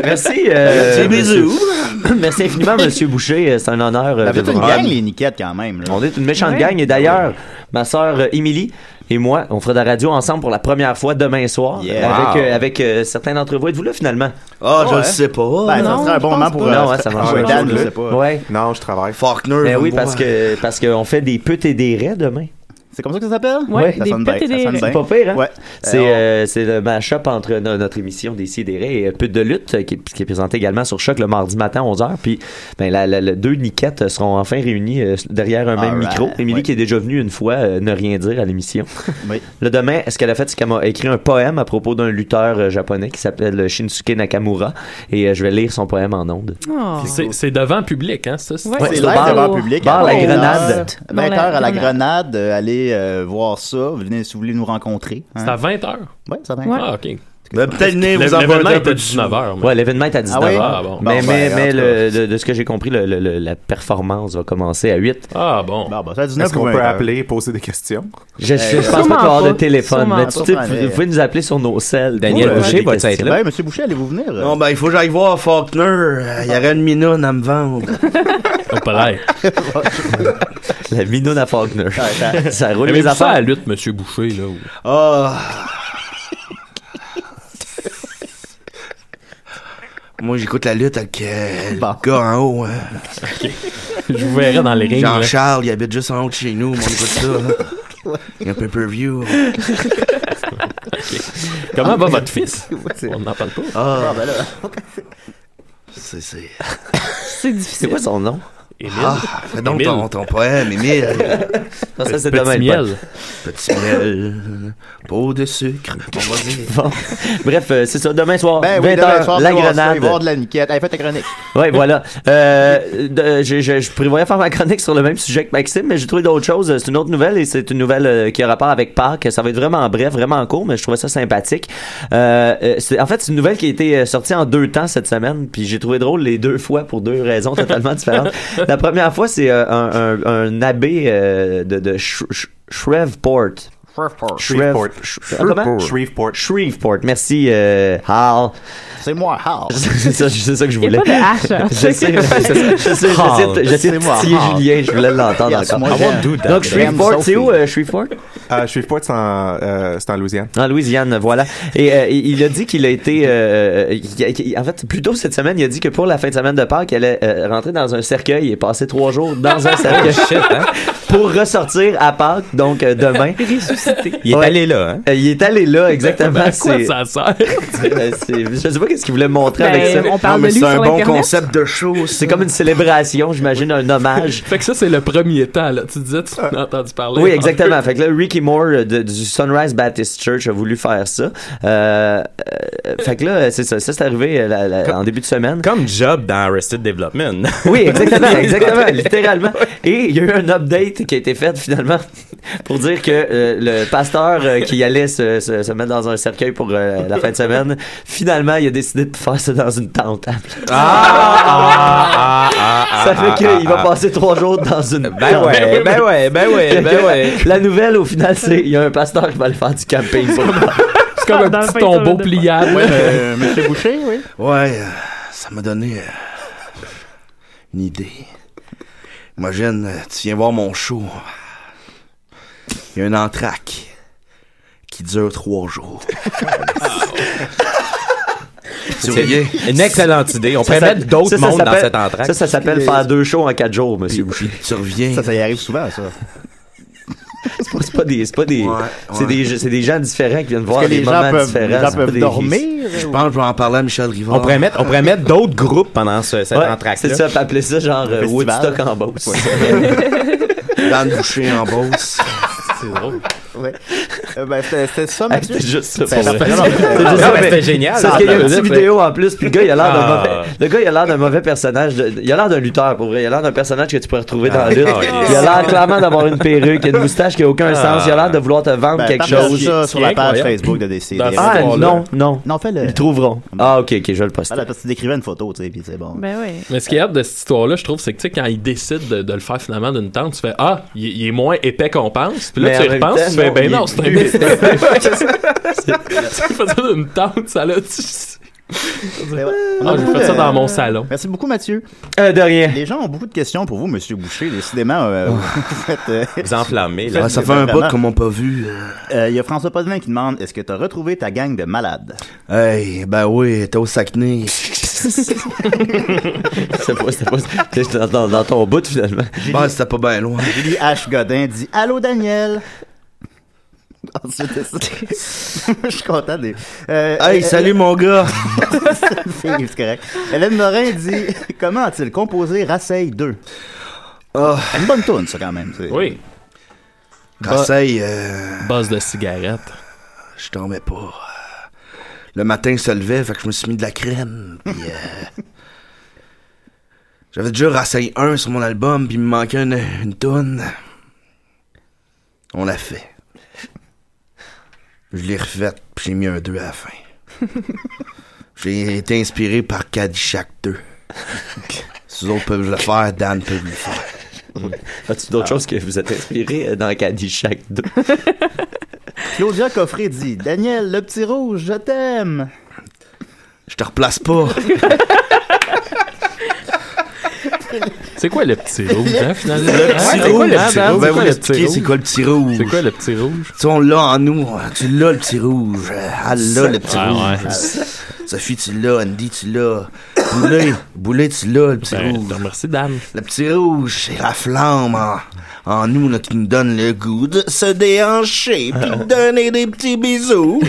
Merci. euh, Merci, monsieur- bisous. Merci infiniment, Monsieur Boucher. euh, C'est un honneur. euh, Ben, vous de êtes vous une rendre. gang, les niquettes, quand même. là. On est une méchante Ouais. gang. Et d'ailleurs, ma sœur euh, Émilie et moi, on fera de la radio ensemble pour la première fois demain soir. Yeah. Avec, Wow. euh, avec euh, certains d'entre vous. Êtes-vous là finalement? Ah, je le sais pas. Ben, ça Non, serait un je bon pense moment pour, pas. euh, Non, ouais, ça marche Ah, ouais, pas. Dan, je sais pas. Ouais. Non, je travaille. Faulkner. Ben va oui, me parce voir. que parce qu'on fait des putes et des raies demain. C'est comme ça que ça s'appelle? Ouais, ça des sonne putes bien. et des ça sonne raies. bien. C'est pas pire, hein? Ouais. C'est Euh, euh, c'est le match-up entre no- notre émission des Sidérés et euh, Pute de lutte euh, qui, est- qui est présentée également sur Choc le mardi matin à 11h. Puis ben, la, la- la- deux niquettes euh, seront enfin réunies euh, derrière un même Alright, micro. Émilie qui est déjà venue une fois euh, ne rien dire à l'émission. Le demain, ce qu'elle a fait, c'est qu'elle m'a écrit un poème à propos d'un lutteur euh, japonais qui s'appelle euh, Shinsuke Nakamura. Et euh, je vais lire son poème en ondes. Puis C'est c'est devant public, hein, ça? Ouais, c'est live devant le public. Bar à la 20 heures. grenade. 20 Dans la heures à la grenade. grenade. euh, allez euh, voir ça. Venez si vous voulez nous rencontrer. hein. C'est à 20h? Ouais, c'est à 20 Ouais. heures. Ah, OK. Ben, peut-être venir vous envoyer L'événement un est peu à de 19h. Ouais, l'événement est à 19h. Ah, bon. Mais, Bon, mais, ben, mais en le- de, de ce que j'ai compris, le- le- le- la performance va commencer à 8. Ah bon. Bon, bah, ça a Est-ce qu'on peut appeler et poser des questions? Eh, Je, je pense Euh, pas qu'il va y avoir de téléphone, mais tu sais, vous, vous pouvez nous appeler sur nos selles. Daniel Boucher va-tu va être là? Ben, Monsieur Boucher, allez-vous venir? Non, ben, il faut que j'aille voir Faulkner. Euh, Il y aurait une minoune à me vendre. pas l'air. euh, La minoune à Faulkner. ça- ça roule Mais les vous savez, affaires. à la lutte, Monsieur Boucher, là. où- Ah. Moi, j'écoute la lutte avec euh, le gars en haut. hein. Je vous verrai dans les rings. là. Jean-Charles, il habite juste en haut de chez nous, mais on écoute ça. là. Il y a un pay-per-view. Comment va votre fils? On n'en parle pas. Ah. Ah, ben là. C'est, c'est... C'est difficile. C'est quoi son nom? Émile. Ah, fais donc Émile. ton, ton poème, Émile. Ça, c'est Petit demain, le miel. poème. Petit miel. Peau de sucre. On va dire. Bon. Bref, euh, c'est ça. Demain soir, Ben oui, 20 demain heures, soir, la on va aller grenade. voir de la niquette. Allez, fais ta chronique. Oui, voilà. Euh, de- je, je- je prévoyais faire ma chronique sur le même sujet que Maxime, mais j'ai trouvé d'autres choses. C'est une autre nouvelle et c'est une nouvelle euh, qui a rapport avec Pâques. Ça va être vraiment bref, vraiment court, mais je trouvais ça sympathique. Euh, euh, c'est- en fait, c'est une nouvelle qui a été euh, sortie en deux temps cette semaine, puis j'ai trouvé drôle les deux fois pour deux raisons totalement différentes. La première fois, c'est euh, un, un- un abbé euh, de, de Sh- Sh- Shreveport. Shreveport. Shreveport. Shreveport. Shreveport. Shreveport. Merci, euh, Hal. C'est moi, Hal. C'est ça, c'est ça que je Il y a voulais. pas de H, hein. Je sais, je sais, je sais, Hal. j'essaie de- j'essaie de C'est moi, titiller Hal. Julien, je voulais l'entendre Yes, encore. moi, I won't j'aime. do that. Donc, Shreveport, c'est où, euh, Shreveport? Euh, Shreveport, c'est en, euh, c'est en Louisiane. En Louisiane, voilà. Et euh, il a dit qu'il a été... euh, il- il- en fait, plus tôt cette semaine, il a dit que pour la fin de semaine de Pâques, il allait euh, rentrer dans un cercueil et passer trois jours dans un cercueil pour ressortir à Pâques, donc euh, demain. Ressuscité. Il est allé là, hein? Euh, Il est allé là, exactement. Ben, à quoi C'est- ça sert? Euh, c'est- je sais pas qu'est-ce qu'il voulait montrer Ben, avec ça. on parle Non, mais de lui c'est un sur bon Internet. concept de show. C'est comme une célébration, j'imagine, un hommage. Fait que ça, c'est le premier temps, là. Tu disais, tu en as entendu parler. Oui, exactement. Fait que là, Ricky Moore euh, de- du Sunrise Baptist Church a voulu faire ça. Euh, euh, fait que là, c'est ça. Ça, c'est arrivé euh, la- la- en début de semaine. Comme job dans Arrested Development. Oui, exactement, exactement, littéralement. Et il y a eu un update qui a été fait finalement pour dire que euh, le pasteur euh, qui allait se, se- se mettre dans un cercueil pour euh, la fin de semaine, finalement, il a décidé de faire ça dans une tente. Ah! Ah, ça fait qu'il va passer trois jours dans une Ben ouais, ben ouais, ben ouais, ben ouais. Ah La nouvelle, au final, c'est il y a un pasteur qui va aller faire du camping. C'est comme un petit tombeau pliable. Ouais, euh, monsieur Boucher, oui. Ouais, euh, ça m'a donné euh, une idée. Imagine, euh, tu viens voir mon show. Il y a un entraque qui dure trois jours. Tu riais. C'est une excellente idée. On pourrait mettre d'autres ça, ça mondes dans s'appelle- cette entraque. Ça, ça s'appelle faire deux shows en quatre jours, monsieur Boucher. Tu reviens. Ça, ça y arrive souvent, ça. C'est pas, c'est pas des, c'est pas des, c'est ouais. des, je- c'est des gens différents qui viennent voir que des les gens moments peuvent- différents. les gens c'est pas peuvent des- dormir? Je pense que je vais en parler à Michel Rivard. On pourrait mettre, on pourrait mettre d'autres groupes pendant ce, cette Ouais, entraque c'est ça, puis appeler ça genre euh, Festival. Woodstock en Beauce. Dan Boucher en Beauce. C'est drôle. Ouais. Euh, ben, c'était c'était ça, Mathieu. C'était juste ça. Ben, pour vrai. parfait. C'était juste ça, mais C'est parce qu'il ben, y a une Ah, petite vidéo en plus, puis le gars, il a l'air d'un Ah. mauvais. Le gars, il a l'air d'un mauvais personnage. de- Il a l'air d'un lutteur, pour vrai. Il a l'air d'un personnage que tu pourrais retrouver dans la lutte. Ah, Il a l'air clairement d'avoir une perruque, une moustache qui a aucun Ah. sens. Il a l'air de vouloir te vendre Ben, quelque partage chose. ça sur la page Facebook de DC. Ah non, non. Non, fais-le. Ils le trouveront. Ah, ok, ok, je vais le poste. Ah, là, parce que tu décrivais une photo, tu sais, puis c'est bon. Ben oui. Mais ce qui est hâte de cette histoire-là, je trouve, c'est que tu sais, quand il décide de, de le faire finalement d'une tente, tu fais Ah, il, il est moins épais qu'on pense. Puis là, Mais tu en y même repenses, temps, tu fais non, Ben il non, est c'est un plus épais. épais. Tu fais ça d'une tente, ça l'a. Ben ouais. On a Ah, j'ai beaucoup fait ça de- dans mon salon. Merci beaucoup, Mathieu. Euh, de rien. Les gens ont beaucoup de questions pour vous, Monsieur Boucher. Décidément, Oh. euh, vous faites... euh, Vous enflammez, Ah, faites là. vraiment- qu'on m'a pas vu. Euh, Il y a François Podlin qui demande, est-ce que t'as retrouvé ta gang de malades? Hey, ben oui, t'es au Sacné. C'est pas, c'est pas, c'est dans, dans, dans ton bout finalement. Ben, c'était pas bien loin. Julie H. Godin dit Allô Daniel Ensuite, c'est- je suis content. Des... Euh, Hey, salut, mon gars. C'est une fille, c'est correct. Hélène Morin dit Comment a-t-il composé Rasseil 2 Ah. Une bonne tune, ça, quand même. c'est- Oui. Conseil. Euh... Buzz de cigarette. Je tombais pas. Le matin, il se levait, fait que je me suis mis de la crème. puis, euh, J'avais déjà Rasseil 1 sur mon album, puis il me manquait une, une toune. On l'a fait. Je l'ai refaite, puis j'ai mis un 2 à la fin. j'ai été inspiré par Cadillac 2. Si vous autres peuvent le faire, Dan peut le faire. As-tu Ah. d'autres choses que vous êtes inspiré euh, dans Cadillac 2? Claudia Coffré dit Daniel, le petit rouge, je t'aime. Je te replace pas. C'est quoi le petit rouge, hein, finalement? Le Hein, petit c'est quoi rouge, le petit Ben rouge? oui, l'expliquer, c'est quoi le petit rouge? C'est quoi le petit rouge? hein. Tu sais, on l'a en nous. Tu l'as, le petit rouge. Ah, là, le petit Ouais, rouge. ouais. Sophie, tu l'as. Andy, tu l'as. Boulet, Boulet, tu l'as, le petit Ben, rouge. Merci, Dan. Le petit rouge, c'est la flamme en, en nous là, qui nous donne le goût de se déhancher puis de donner des petits bisous.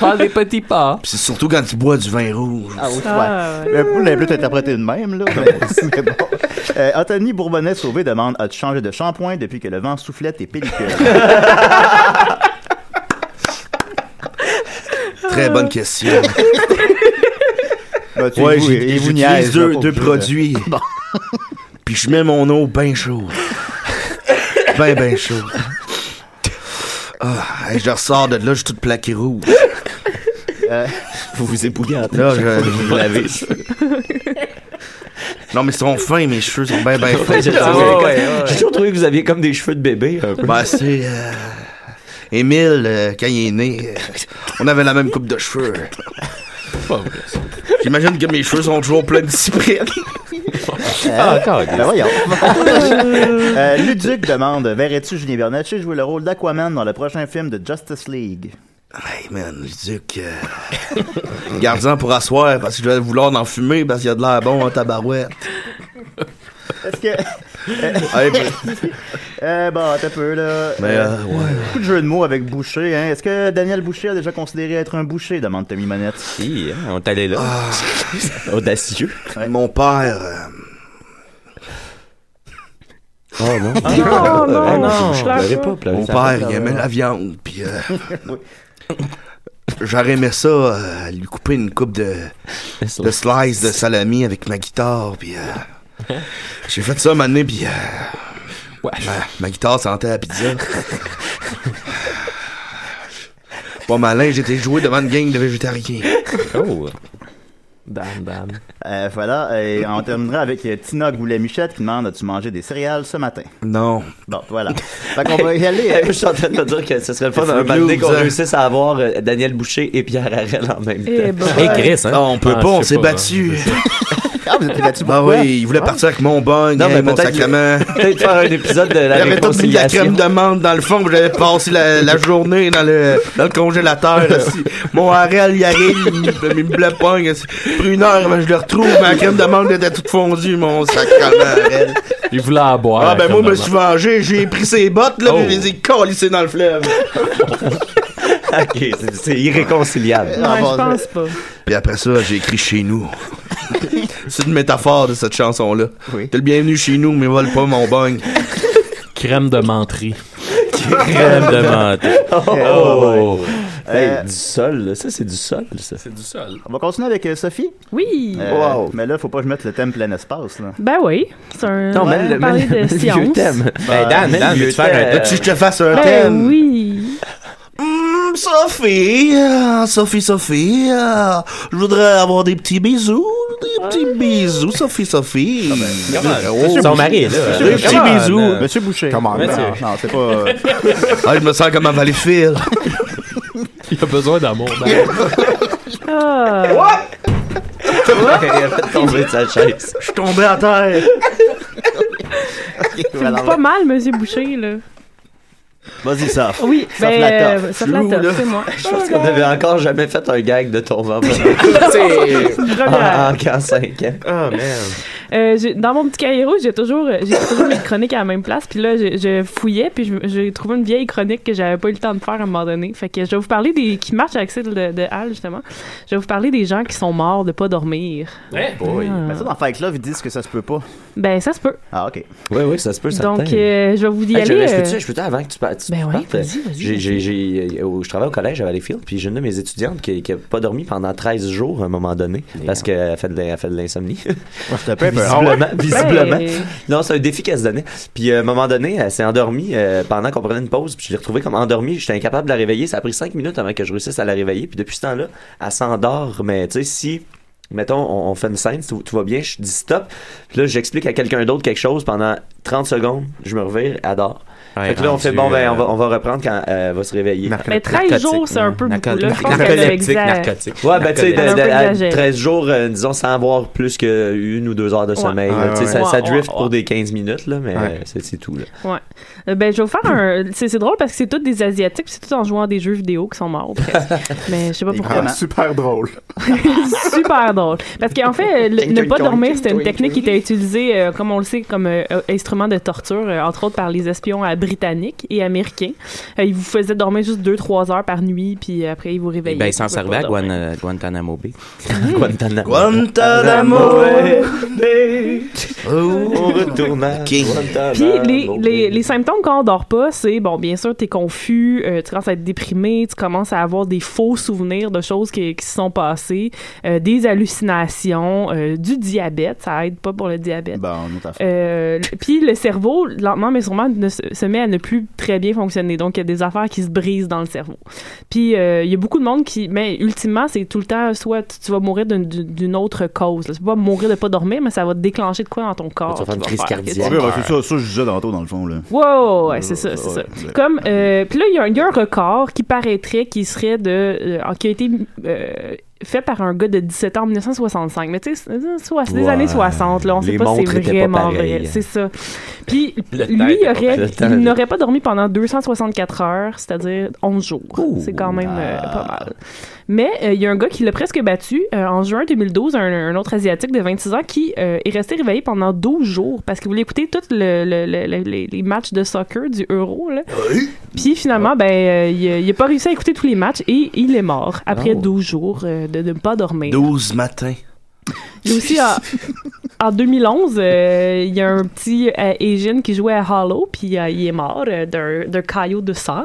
Faire des petits pas. c'est surtout quand tu bois du vin rouge. Ah oui, ouais. Ah, Le poule est peut-être interprété de même, là. mais c'est bon. Euh, Anthony Bourbonnet-Sauvé demande As-tu changé de shampoing depuis que le vent soufflait tes pellicules Très bonne question. Bah, tu- ouais, vous- j'ai- et vous j'utilise niaise, deux, là, pas deux obligé de- produits. Puis je mets mon eau bien chaude. ben, ben chaude. Ah, hey, je ressors de là, je suis toute plaquée rouge. Euh, Vous vous épouillez Là, je, je vous l'avais. Non, mais ils sont fins, mes cheveux sont bien, bien fins. J'ai toujours- J'ai toujours trouvé que vous aviez comme des cheveux de bébé. un peu. Ben, c'est. euh, Émile, euh, quand il est né, euh, on avait la même coupe de cheveux. J'imagine que mes cheveux sont toujours pleins de cyprès. Ah, encore. Ben voyons. euh, Luduc demande Verrais-tu Julien Bernatchez jouer le rôle d'Aquaman dans le prochain film de Justice League Hey man, je dis que. Garde-en pour asseoir, parce que je vais vouloir en fumer, parce qu'il y a de l'air bon en tabarouette. Est-ce que. Hey, Euh, bon, t'as peu, là. Mais, Euh, euh, ouais. Beaucoup de jeux de mots avec Boucher. Hein. Est-ce que Daniel Boucher a déjà considéré être un boucher demande Tommy Monette. Si, hein, on est allé là. Audacieux. Ah. Mon père. euh, Oh non. Ah, non, Euh, non. je pleurais pas, pleurais Mon pas. père, il aimait la viande, puis euh, j'aurais aimé ça, euh, lui couper une coupe de, de slice de salami avec ma guitare, puis euh, j'ai fait ça un moment donné, puis euh, ma, ma guitare sentait la pizza. Pas malin, j'étais joué devant une gang de végétariens. Oh. Dame, dame. Euh, voilà, et on terminera avec euh, Tina Goulet-Michette qui demande As-tu mangé des céréales ce matin Non. Bon, voilà. fait qu'on va y aller. euh, Je suis en train de me dire que ce serait le fun Le un moment donné blues, qu'on hein. réussisse à avoir euh, Daniel Boucher et Pierre Harel en même temps. Eh, bah, ouais. Hey, Chris, hein? Ah, on peut pas, hein. on s'est battu. Ah, vous êtes battu Ben oui, il Ah. voulait partir avec mon bang, Non, hein, mais mon peut-être- sacrement. peut-être faire un épisode de la J'avais tout mis de la réconciliation. crème de menthe dans le fond, puis j'avais passé la, la journée dans le, dans le congélateur. assis. Mon harel, il arrive, il me- il me bleu pogne. assis. Après une heure, ben, je le retrouve, ma crème de menthe était toute fondue, mon sacrement harel. Il voulait en boire. Ah, ben comme moi, je maman. me suis vengé, j'ai pris ses bottes, là, Oh. puis je les ai collissées dans le fleuve. Ok, c'est- c'est irréconciliable. Ah, pas. Puis après ça, j'ai écrit chez nous. C'est une métaphore de cette chanson-là. T'es le bienvenu chez nous, mais vole pas mon bang. Crème de menterie. Crème de menterie. Oh. Hey, Euh, du sol, là. Ça, c'est du sol, ça. C'est du sol. On va continuer avec euh, Sophie Oui. Euh, Mais là, faut pas que je mette le thème plein espace. Là. Ben oui, c'est un. Non, on mais va le- parler mais le- de le vieux science. thème. Ben, Dan, mais Dan, veux-tu le vieux faire un- thème. veux-tu que je te fasse un Ben thème? Oui. Hum, Sophie, euh, Sophie, Sophie, euh, je voudrais avoir des petits bisous, des petits bisous, Sophie, Sophie. Euh, oh. comment? Monsieur Son Boucher. mari est là. Monsieur Des Boucher. petits Come on, bisous. euh, Monsieur Boucher. Come on, Monsieur. non, non, c'est pas. euh, Ah, je me sens comme un valet-fil. Il a besoin d'amour. ben. Ah. Il a fait tomber de sa chaise. Je suis tombé à terre. C'est pas mal, Monsieur Boucher, là. Vas-y, Ah, ça. Oui, Ça ben, flatte euh, ça flatte, c'est moi. Oh Je pense qu'on n'avait encore jamais fait un gag de ton ventre. Première. en, en, en cinq ans. Oh, man. Euh, j'ai- dans mon petit cahier rouge, j'ai toujours, euh, j'ai toujours mes chroniques à la même place. Puis là, je, je fouillais, puis je- j'ai trouvé une vieille chronique que j'avais pas eu le temps de faire à un moment donné. Fait que je vais vous parler des. qui marche avec celle de, de Hal, justement. Je vais vous parler des gens qui sont morts de pas dormir. Boy. Ah. Mais ça, dans Fake Love, ils disent que ça se peut pas. Ben, ça se peut. Ah, ok. Oui, oui, ça se peut, certain. Donc, euh, je vais vous y Hey, je- aller. Je euh, peux-tu, je peux-tu avant que tu, pa- tu Ben oui, partes? vas-y, vas-y, J'ai- vas-y. j'ai- j'ai- euh, au- je travaille au collège à Valleyfield, puis j'ai une de mes étudiantes qui n'a pas dormi pendant 13 jours à un moment donné, parce qu'elle fait de l'in- elle fait de l'insomnie. peu peur. visiblement. Ah ouais? visiblement. Ben. Non, c'est un défi qu'elle se donnait. Puis euh, à un moment donné, elle s'est endormie euh, pendant qu'on prenait une pause, puis je l'ai retrouvée comme endormie. J'étais incapable de la réveiller. Ça a pris 5 minutes avant que je réussisse à la réveiller. Puis depuis ce temps-là, elle s'endort, mais tu sais, si mettons, on, on fait une scène, tout, tout va bien, je dis stop. Puis là, j'explique à quelqu'un d'autre quelque chose pendant 30 secondes, je me revire, elle dort. Fait que là, on fait bon, ben, on va, on va reprendre quand euh, elle va se réveiller. Mais 13 jours, c'est un peu beaucoup. là. Je pense qu'elle a Narcoleptique, exa- narcotique. Ouais, ben, tu sais, de- Elle a un peu de- à exagéré. 13 jours, euh, disons, sans avoir plus qu'une ou deux heures de sommeil. là. Ah, Ouais, Tu sais, ça, ouais, ça ouais, drift ouais. pour des 15 minutes, là, mais Ouais. euh, c'est c'est tout, là. Ouais. Euh, Ben, je vais vous faire un. C'est c'est drôle parce que c'est tous des Asiatiques, puis c'est tous en jouant à des jeux vidéo qui sont morts, presque. Mais je sais pas pourquoi. Ah, super drôle. Super drôle. Parce qu'en fait, le- ne pas Twink, dormir, twink, c'était une twink, technique qui était utilisée, euh, comme on le sait, comme euh, euh, instrument de torture, euh, entre autres par les espions euh, britanniques et américains. Euh, ils vous faisaient dormir juste 2-3 heures par nuit, puis euh, après, ils vous réveillaient. Ben, il s'en Vous pouvez servait à pas dormir. Guan- euh, Guantanamo Bay. Guantanamo. Guantanamo Bay. On retourne à Ah, Puis Guantanamo. les, les, les symptômes quand on dort pas, c'est bon, bien sûr, t'es confus, euh, tu commences à être déprimé, tu commences à avoir des faux souvenirs de choses qui, qui se sont passées, euh, des hallucinations, euh, du diabète, ça aide pas pour le diabète. Euh, le- Puis le cerveau, lentement mais sûrement, ne se se met à ne plus très bien fonctionner. Donc, il y a des affaires qui se brisent dans le cerveau. Puis, euh, il y a beaucoup de monde qui... Mais ultimement, c'est tout le temps, soit tu, tu vas mourir d'une- d'une d'une autre cause. là. Tu vas pas mourir de pas dormir, mais ça va déclencher de quoi dans ton corps. Tu vas faire une qui crise va faire que Oh, tu- Ah, Ouais, ouais, c'est ça, ça, je disais tantôt, dans le fond, là. Wow, ouais, c'est ça, c'est ça. ouais. Comme, euh, puis là, il y a un- il y, a un record qui paraîtrait qui serait de, euh, qui a été euh, fait par un gars de 17 ans en 1965. Mais tu sais, c'est- c'est- c'est des Ouais. années 60, là, on sait Les pas si montres c'est étaient pas vraiment pareilles. vrai. C'est ça. Puis Le temps était lui, il pas aurait- pareil. Le temps il était- n'aurait pas dormi pendant 264 heures, c'est-à-dire 11 jours. C'est quand même euh, pas mal. Mais euh, il y a un gars qui l'a presque battu euh, en juin 2012, un, un autre Asiatique de 26 ans qui euh, est resté réveillé pendant 12 jours parce qu'il voulait écouter tous le, le- le- le- les, les matchs de soccer du Euro. Là. Puis finalement, ben, euh, il a- il n'a pas réussi à écouter tous les matchs et il est mort après Oh. 12 jours euh, de de ne pas dormir. 12 matins. Il y a aussi en, en 2011, euh, il y a un petit euh, Asian qui jouait à Hollow, puis euh, il est mort euh, d'un d'un caillot de sang.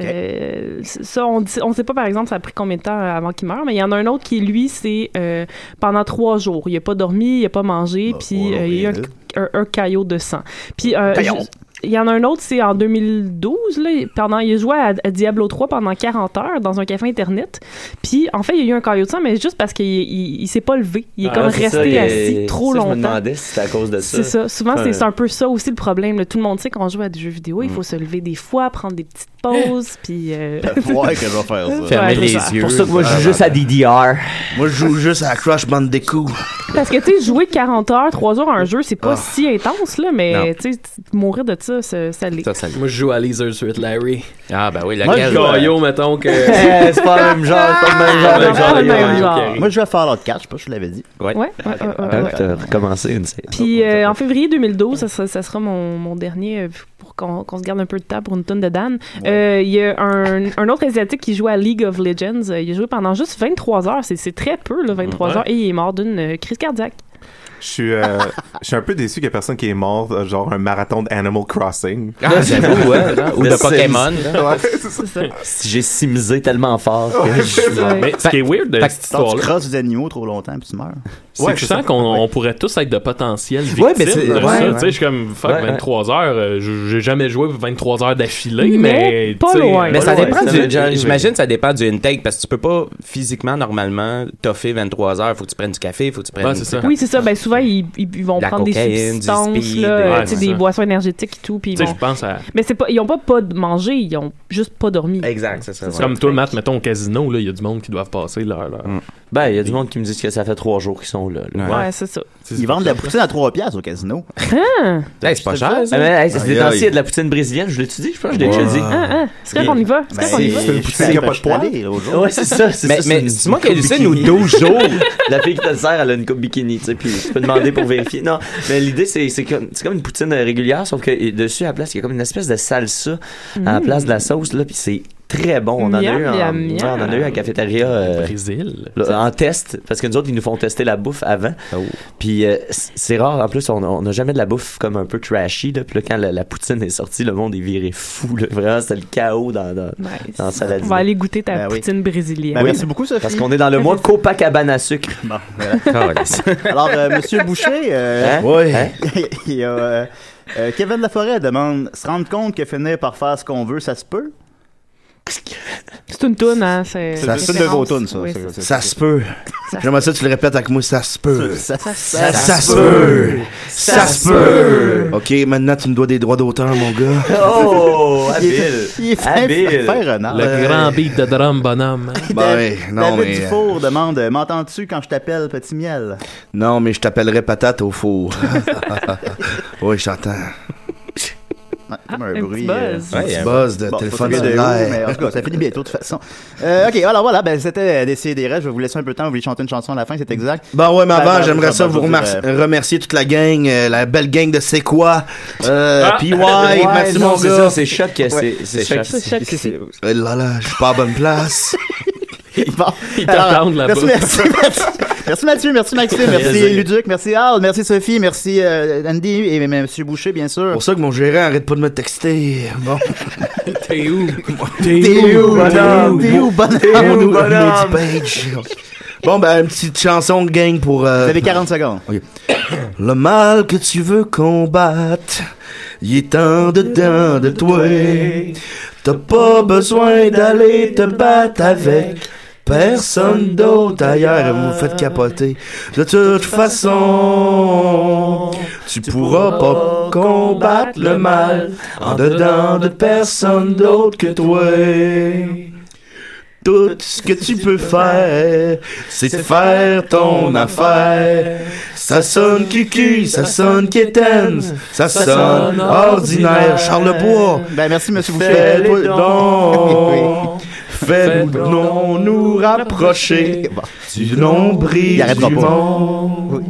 Euh, ça, on ne sait pas par exemple, ça a pris combien de temps avant qu'il meure, mais il y en a un autre qui, lui, c'est euh, pendant trois jours. Il n'a pas dormi, il n'a pas mangé, puis euh, il y a eu un, un- un caillot de sang. Puis euh, Caillon. ju- il y en a un autre, c'est en 2012, là, il- pendant, il a joué à, à Diablo 3 pendant 40 heures dans un café Internet. Puis, en fait, il y a eu un caillot de sang, mais juste parce qu'il il, il s'est pas levé. Il est Ah, comme c'est ça, resté que- assis trop ça, Je me longtemps. demandais si c'était à cause de ça. C'est ça. Souvent, c'est Ouais. Mm. c'est un peu ça aussi le problème. là. Tout le monde sait qu'on joue à des jeux vidéo, il faut se lever des fois, prendre des petites pauses, puis... euh, Ouais, qu'elle va faire ça. Fermer les yeux. pour ça que moi, je joue juste à DDR. Moi, je joue juste à Crash Bandicoot. Parce que, tu sais, jouer 40 heures, 3 heures à un jeu, c'est pas Ah. si intense, là, Non. mais, tu sais, t- mourir de ça, ça, ça l'est. Moi, je joue à Laser Suit Larry. Ah, ben oui, Moi, je laquelle? joue à- Gaillot, mettons que- Eh, c'est pas le même genre, c'est pas le même genre de Pas le Gaillot, Ah, même hein, genre. ok. Moi, je vais faire l'autre 4, je sais pas si je l'avais dit. Ouais. Ouais, ouais, Hein? ouais, ouais, ouais. T'as recommencé une série. Puis euh, en février 2012, ça sera, ça sera mon, mon dernier euh, pour qu'on qu'on se garde un peu de temps pour une tonne de Dan. Euh, Il y a un, un autre Asiatique qui joue à League of Legends. Euh, Il a joué pendant juste 23 heures. C'est- C'est très peu, là, 23 Ouais. heures. Et il est mort d'une euh, crise cardiaque. Je suis, euh, je suis un peu déçu qu'il y a personne qui est mort, euh, genre un marathon de Animal Crossing. Ah, j'avoue, ouais, hein. là. Ou de The Sims. Pokémon, là. Ouais, c'est ça. Si J'ai simisé tellement fort que Ouais, je c'est ça. Mais ce qui est weird de Fait que cette quand histoire-là- Tu crosses des animaux trop longtemps puis tu meurs. C'est que je sens qu'on on pourrait tous être de potentiels victimes Ouais, mais c'est- de ouais, ça. ouais. Tu sais, je suis comme, fuck, Ouais, ouais. 23 heures, euh, je- j'ai jamais joué 23 heures d'affilée, Mais mais... tu sais, Mais ça loin. dépend Ça du. m'est genre, arrivé. J'imagine que ça dépend du intake parce que tu peux pas physiquement, normalement, toffer 23 heures. Faut que tu prennes du café, faut que tu prennes. Oui, c'est ça. Ben, souvent, ils, ils- ils vont La prendre des cocaïne, du substances, speed, là, des- euh, Ouais, tu sais, c'est des ça. boissons énergétiques et tout. Puis ils Tu sais, vont- je pense à... Mais c'est pas, ils n'ont pas pas de manger, ils ont juste pas dormi. Exact, c'est ça. C'est comme toi, Matt, mettons, au casino, là, il y a du monde qui doivent passer leur... leur- Ben, il y a du monde qui me dit que ça fait trois jours qu'ils sont là. là. Ouais, c'est ça. Ils vendent de la poutine à 3 piastres au casino. Hein? Hey, c'est pas cher, ça. Ah, mais, hey, c'est des Aïe, temps-ci, aïe. il y a de la poutine brésilienne, je l'ai-tu dit? Je pense que je l'ai Ouais. déjà dit. Ah, ah, c'est vrai qu'on y va. C'est vrai Ben, qu'on y va. c'est une poutine qui a pas de poil. Ouais, c'est ça, c'est Mais- ça, mais une- c'est moi qui ai une lu ça, coupe nous, bikini. 12 jours. La fille qui te le sert, elle a une coupe bikini, tu sais, puis tu peux demander pour vérifier. Non, mais l'idée, c'est c'est comme, c'est comme une poutine euh, régulière, sauf que euh, dessus, à la place, il y a comme une espèce de salsa à la Mm. place de la sauce, là, puis c'est très bon. On en, a Miam, eu en, miam, ouais, miam. on en a eu à la cafétéria. euh, Brésil. là, en test, parce que nous autres, ils nous font tester la bouffe avant. Puis euh, c- c'est rare, en plus, on on n'a jamais de la bouffe comme un peu trashy. Là. Puis là, quand la, la poutine est sortie, le monde est viré fou. Là. Vraiment, c'était le chaos dans, dans, dans la salade. On va aller goûter ta Ben oui. poutine brésilienne. Oui, Parce qu'on est dans le mois Copacabana sucre. Ah, Alors, euh, Monsieur Boucher, euh, Hein? Oui. il Hein? y a, euh, euh, Kevin Laforêt demande se rendre compte que finir par faire ce qu'on veut, ça se peut C'est une toune, hein? C'est Ça se peut. référence. Oui, c'est Ça ça. se peut. Ça se J'aimerais ça, que tu le répètes avec moi. Ça se peut. Ça- ça- Ça ça se se peut. peut. Ça se peut. OK, maintenant, tu me dois des droits d'auteur, mon gars. Oh, Il est- habile. il est fin- Habile. fin renard. Le grand beat de drum, bonhomme. Ben oui, non, David mais- Dufour demande euh, M'entends-tu quand je t'appelle Petit Miel Non, mais je t'appellerai patate au four. oui, j'entends. Ouais, comme un, Ah, petit bruit. buzz. euh, Ouais, un il y a petit un- Bon, faut trouver de cellulaire. où, mais En tout cas, ça finit bientôt de toute façon. Euh, ok, alors voilà, ben, c'était des des Je vais vous laisser un peu de temps. Vous voulez chanter une chanson à la fin, c'est exact. Bon, Bah ouais, mais avant, Ben, ben, j'aimerais ben, ça ben, vous je veux remercier, dire, euh, remercier toute la gang, euh, la belle gang de C'est quoi? Euh, Ah! PY, Ouais, merci non, mon c'est gars. ça, c'est Choc, c'est- c'est Choc. C'est C'est Choc. C'est- c'est- Eh Là, là, je suis pas à bonne place. Ils t'attendent là-bas. merci, merci, Merci Mathieu, merci Maxime, merci Plaisir. Luduc, merci Al, merci Sophie, merci euh, Andy et M. Monsieur Boucher, bien sûr. pour ça que mon gérant arrête pas de me texter. Bon. T'es où? T'es où, bonhomme? T'es où, bonhomme? Mon- bonhomme? mon petit page. Bon, ben, une petite chanson de gang pour. euh, Vous avez 40 secondes. Ok. Le mal que tu veux combattre, il est en dedans de toi. T'as pas besoin d'aller te battre avec personne d'autre ailleurs. Vous me faites capoter. De toute façon, tu pourras pas combattre le mal en dedans de personne d'autre que toi. Tout ce que tu peux faire, c'est de faire ton affaire. Ça sonne cucu, ça sonne quétaine, ça sonne ordinaire. Charles Bois. Ben, merci Monsieur Boucher. Fais Toi- les dons. Fais nous non nous rapprocher du nombril Il arrêtera du pas. monde.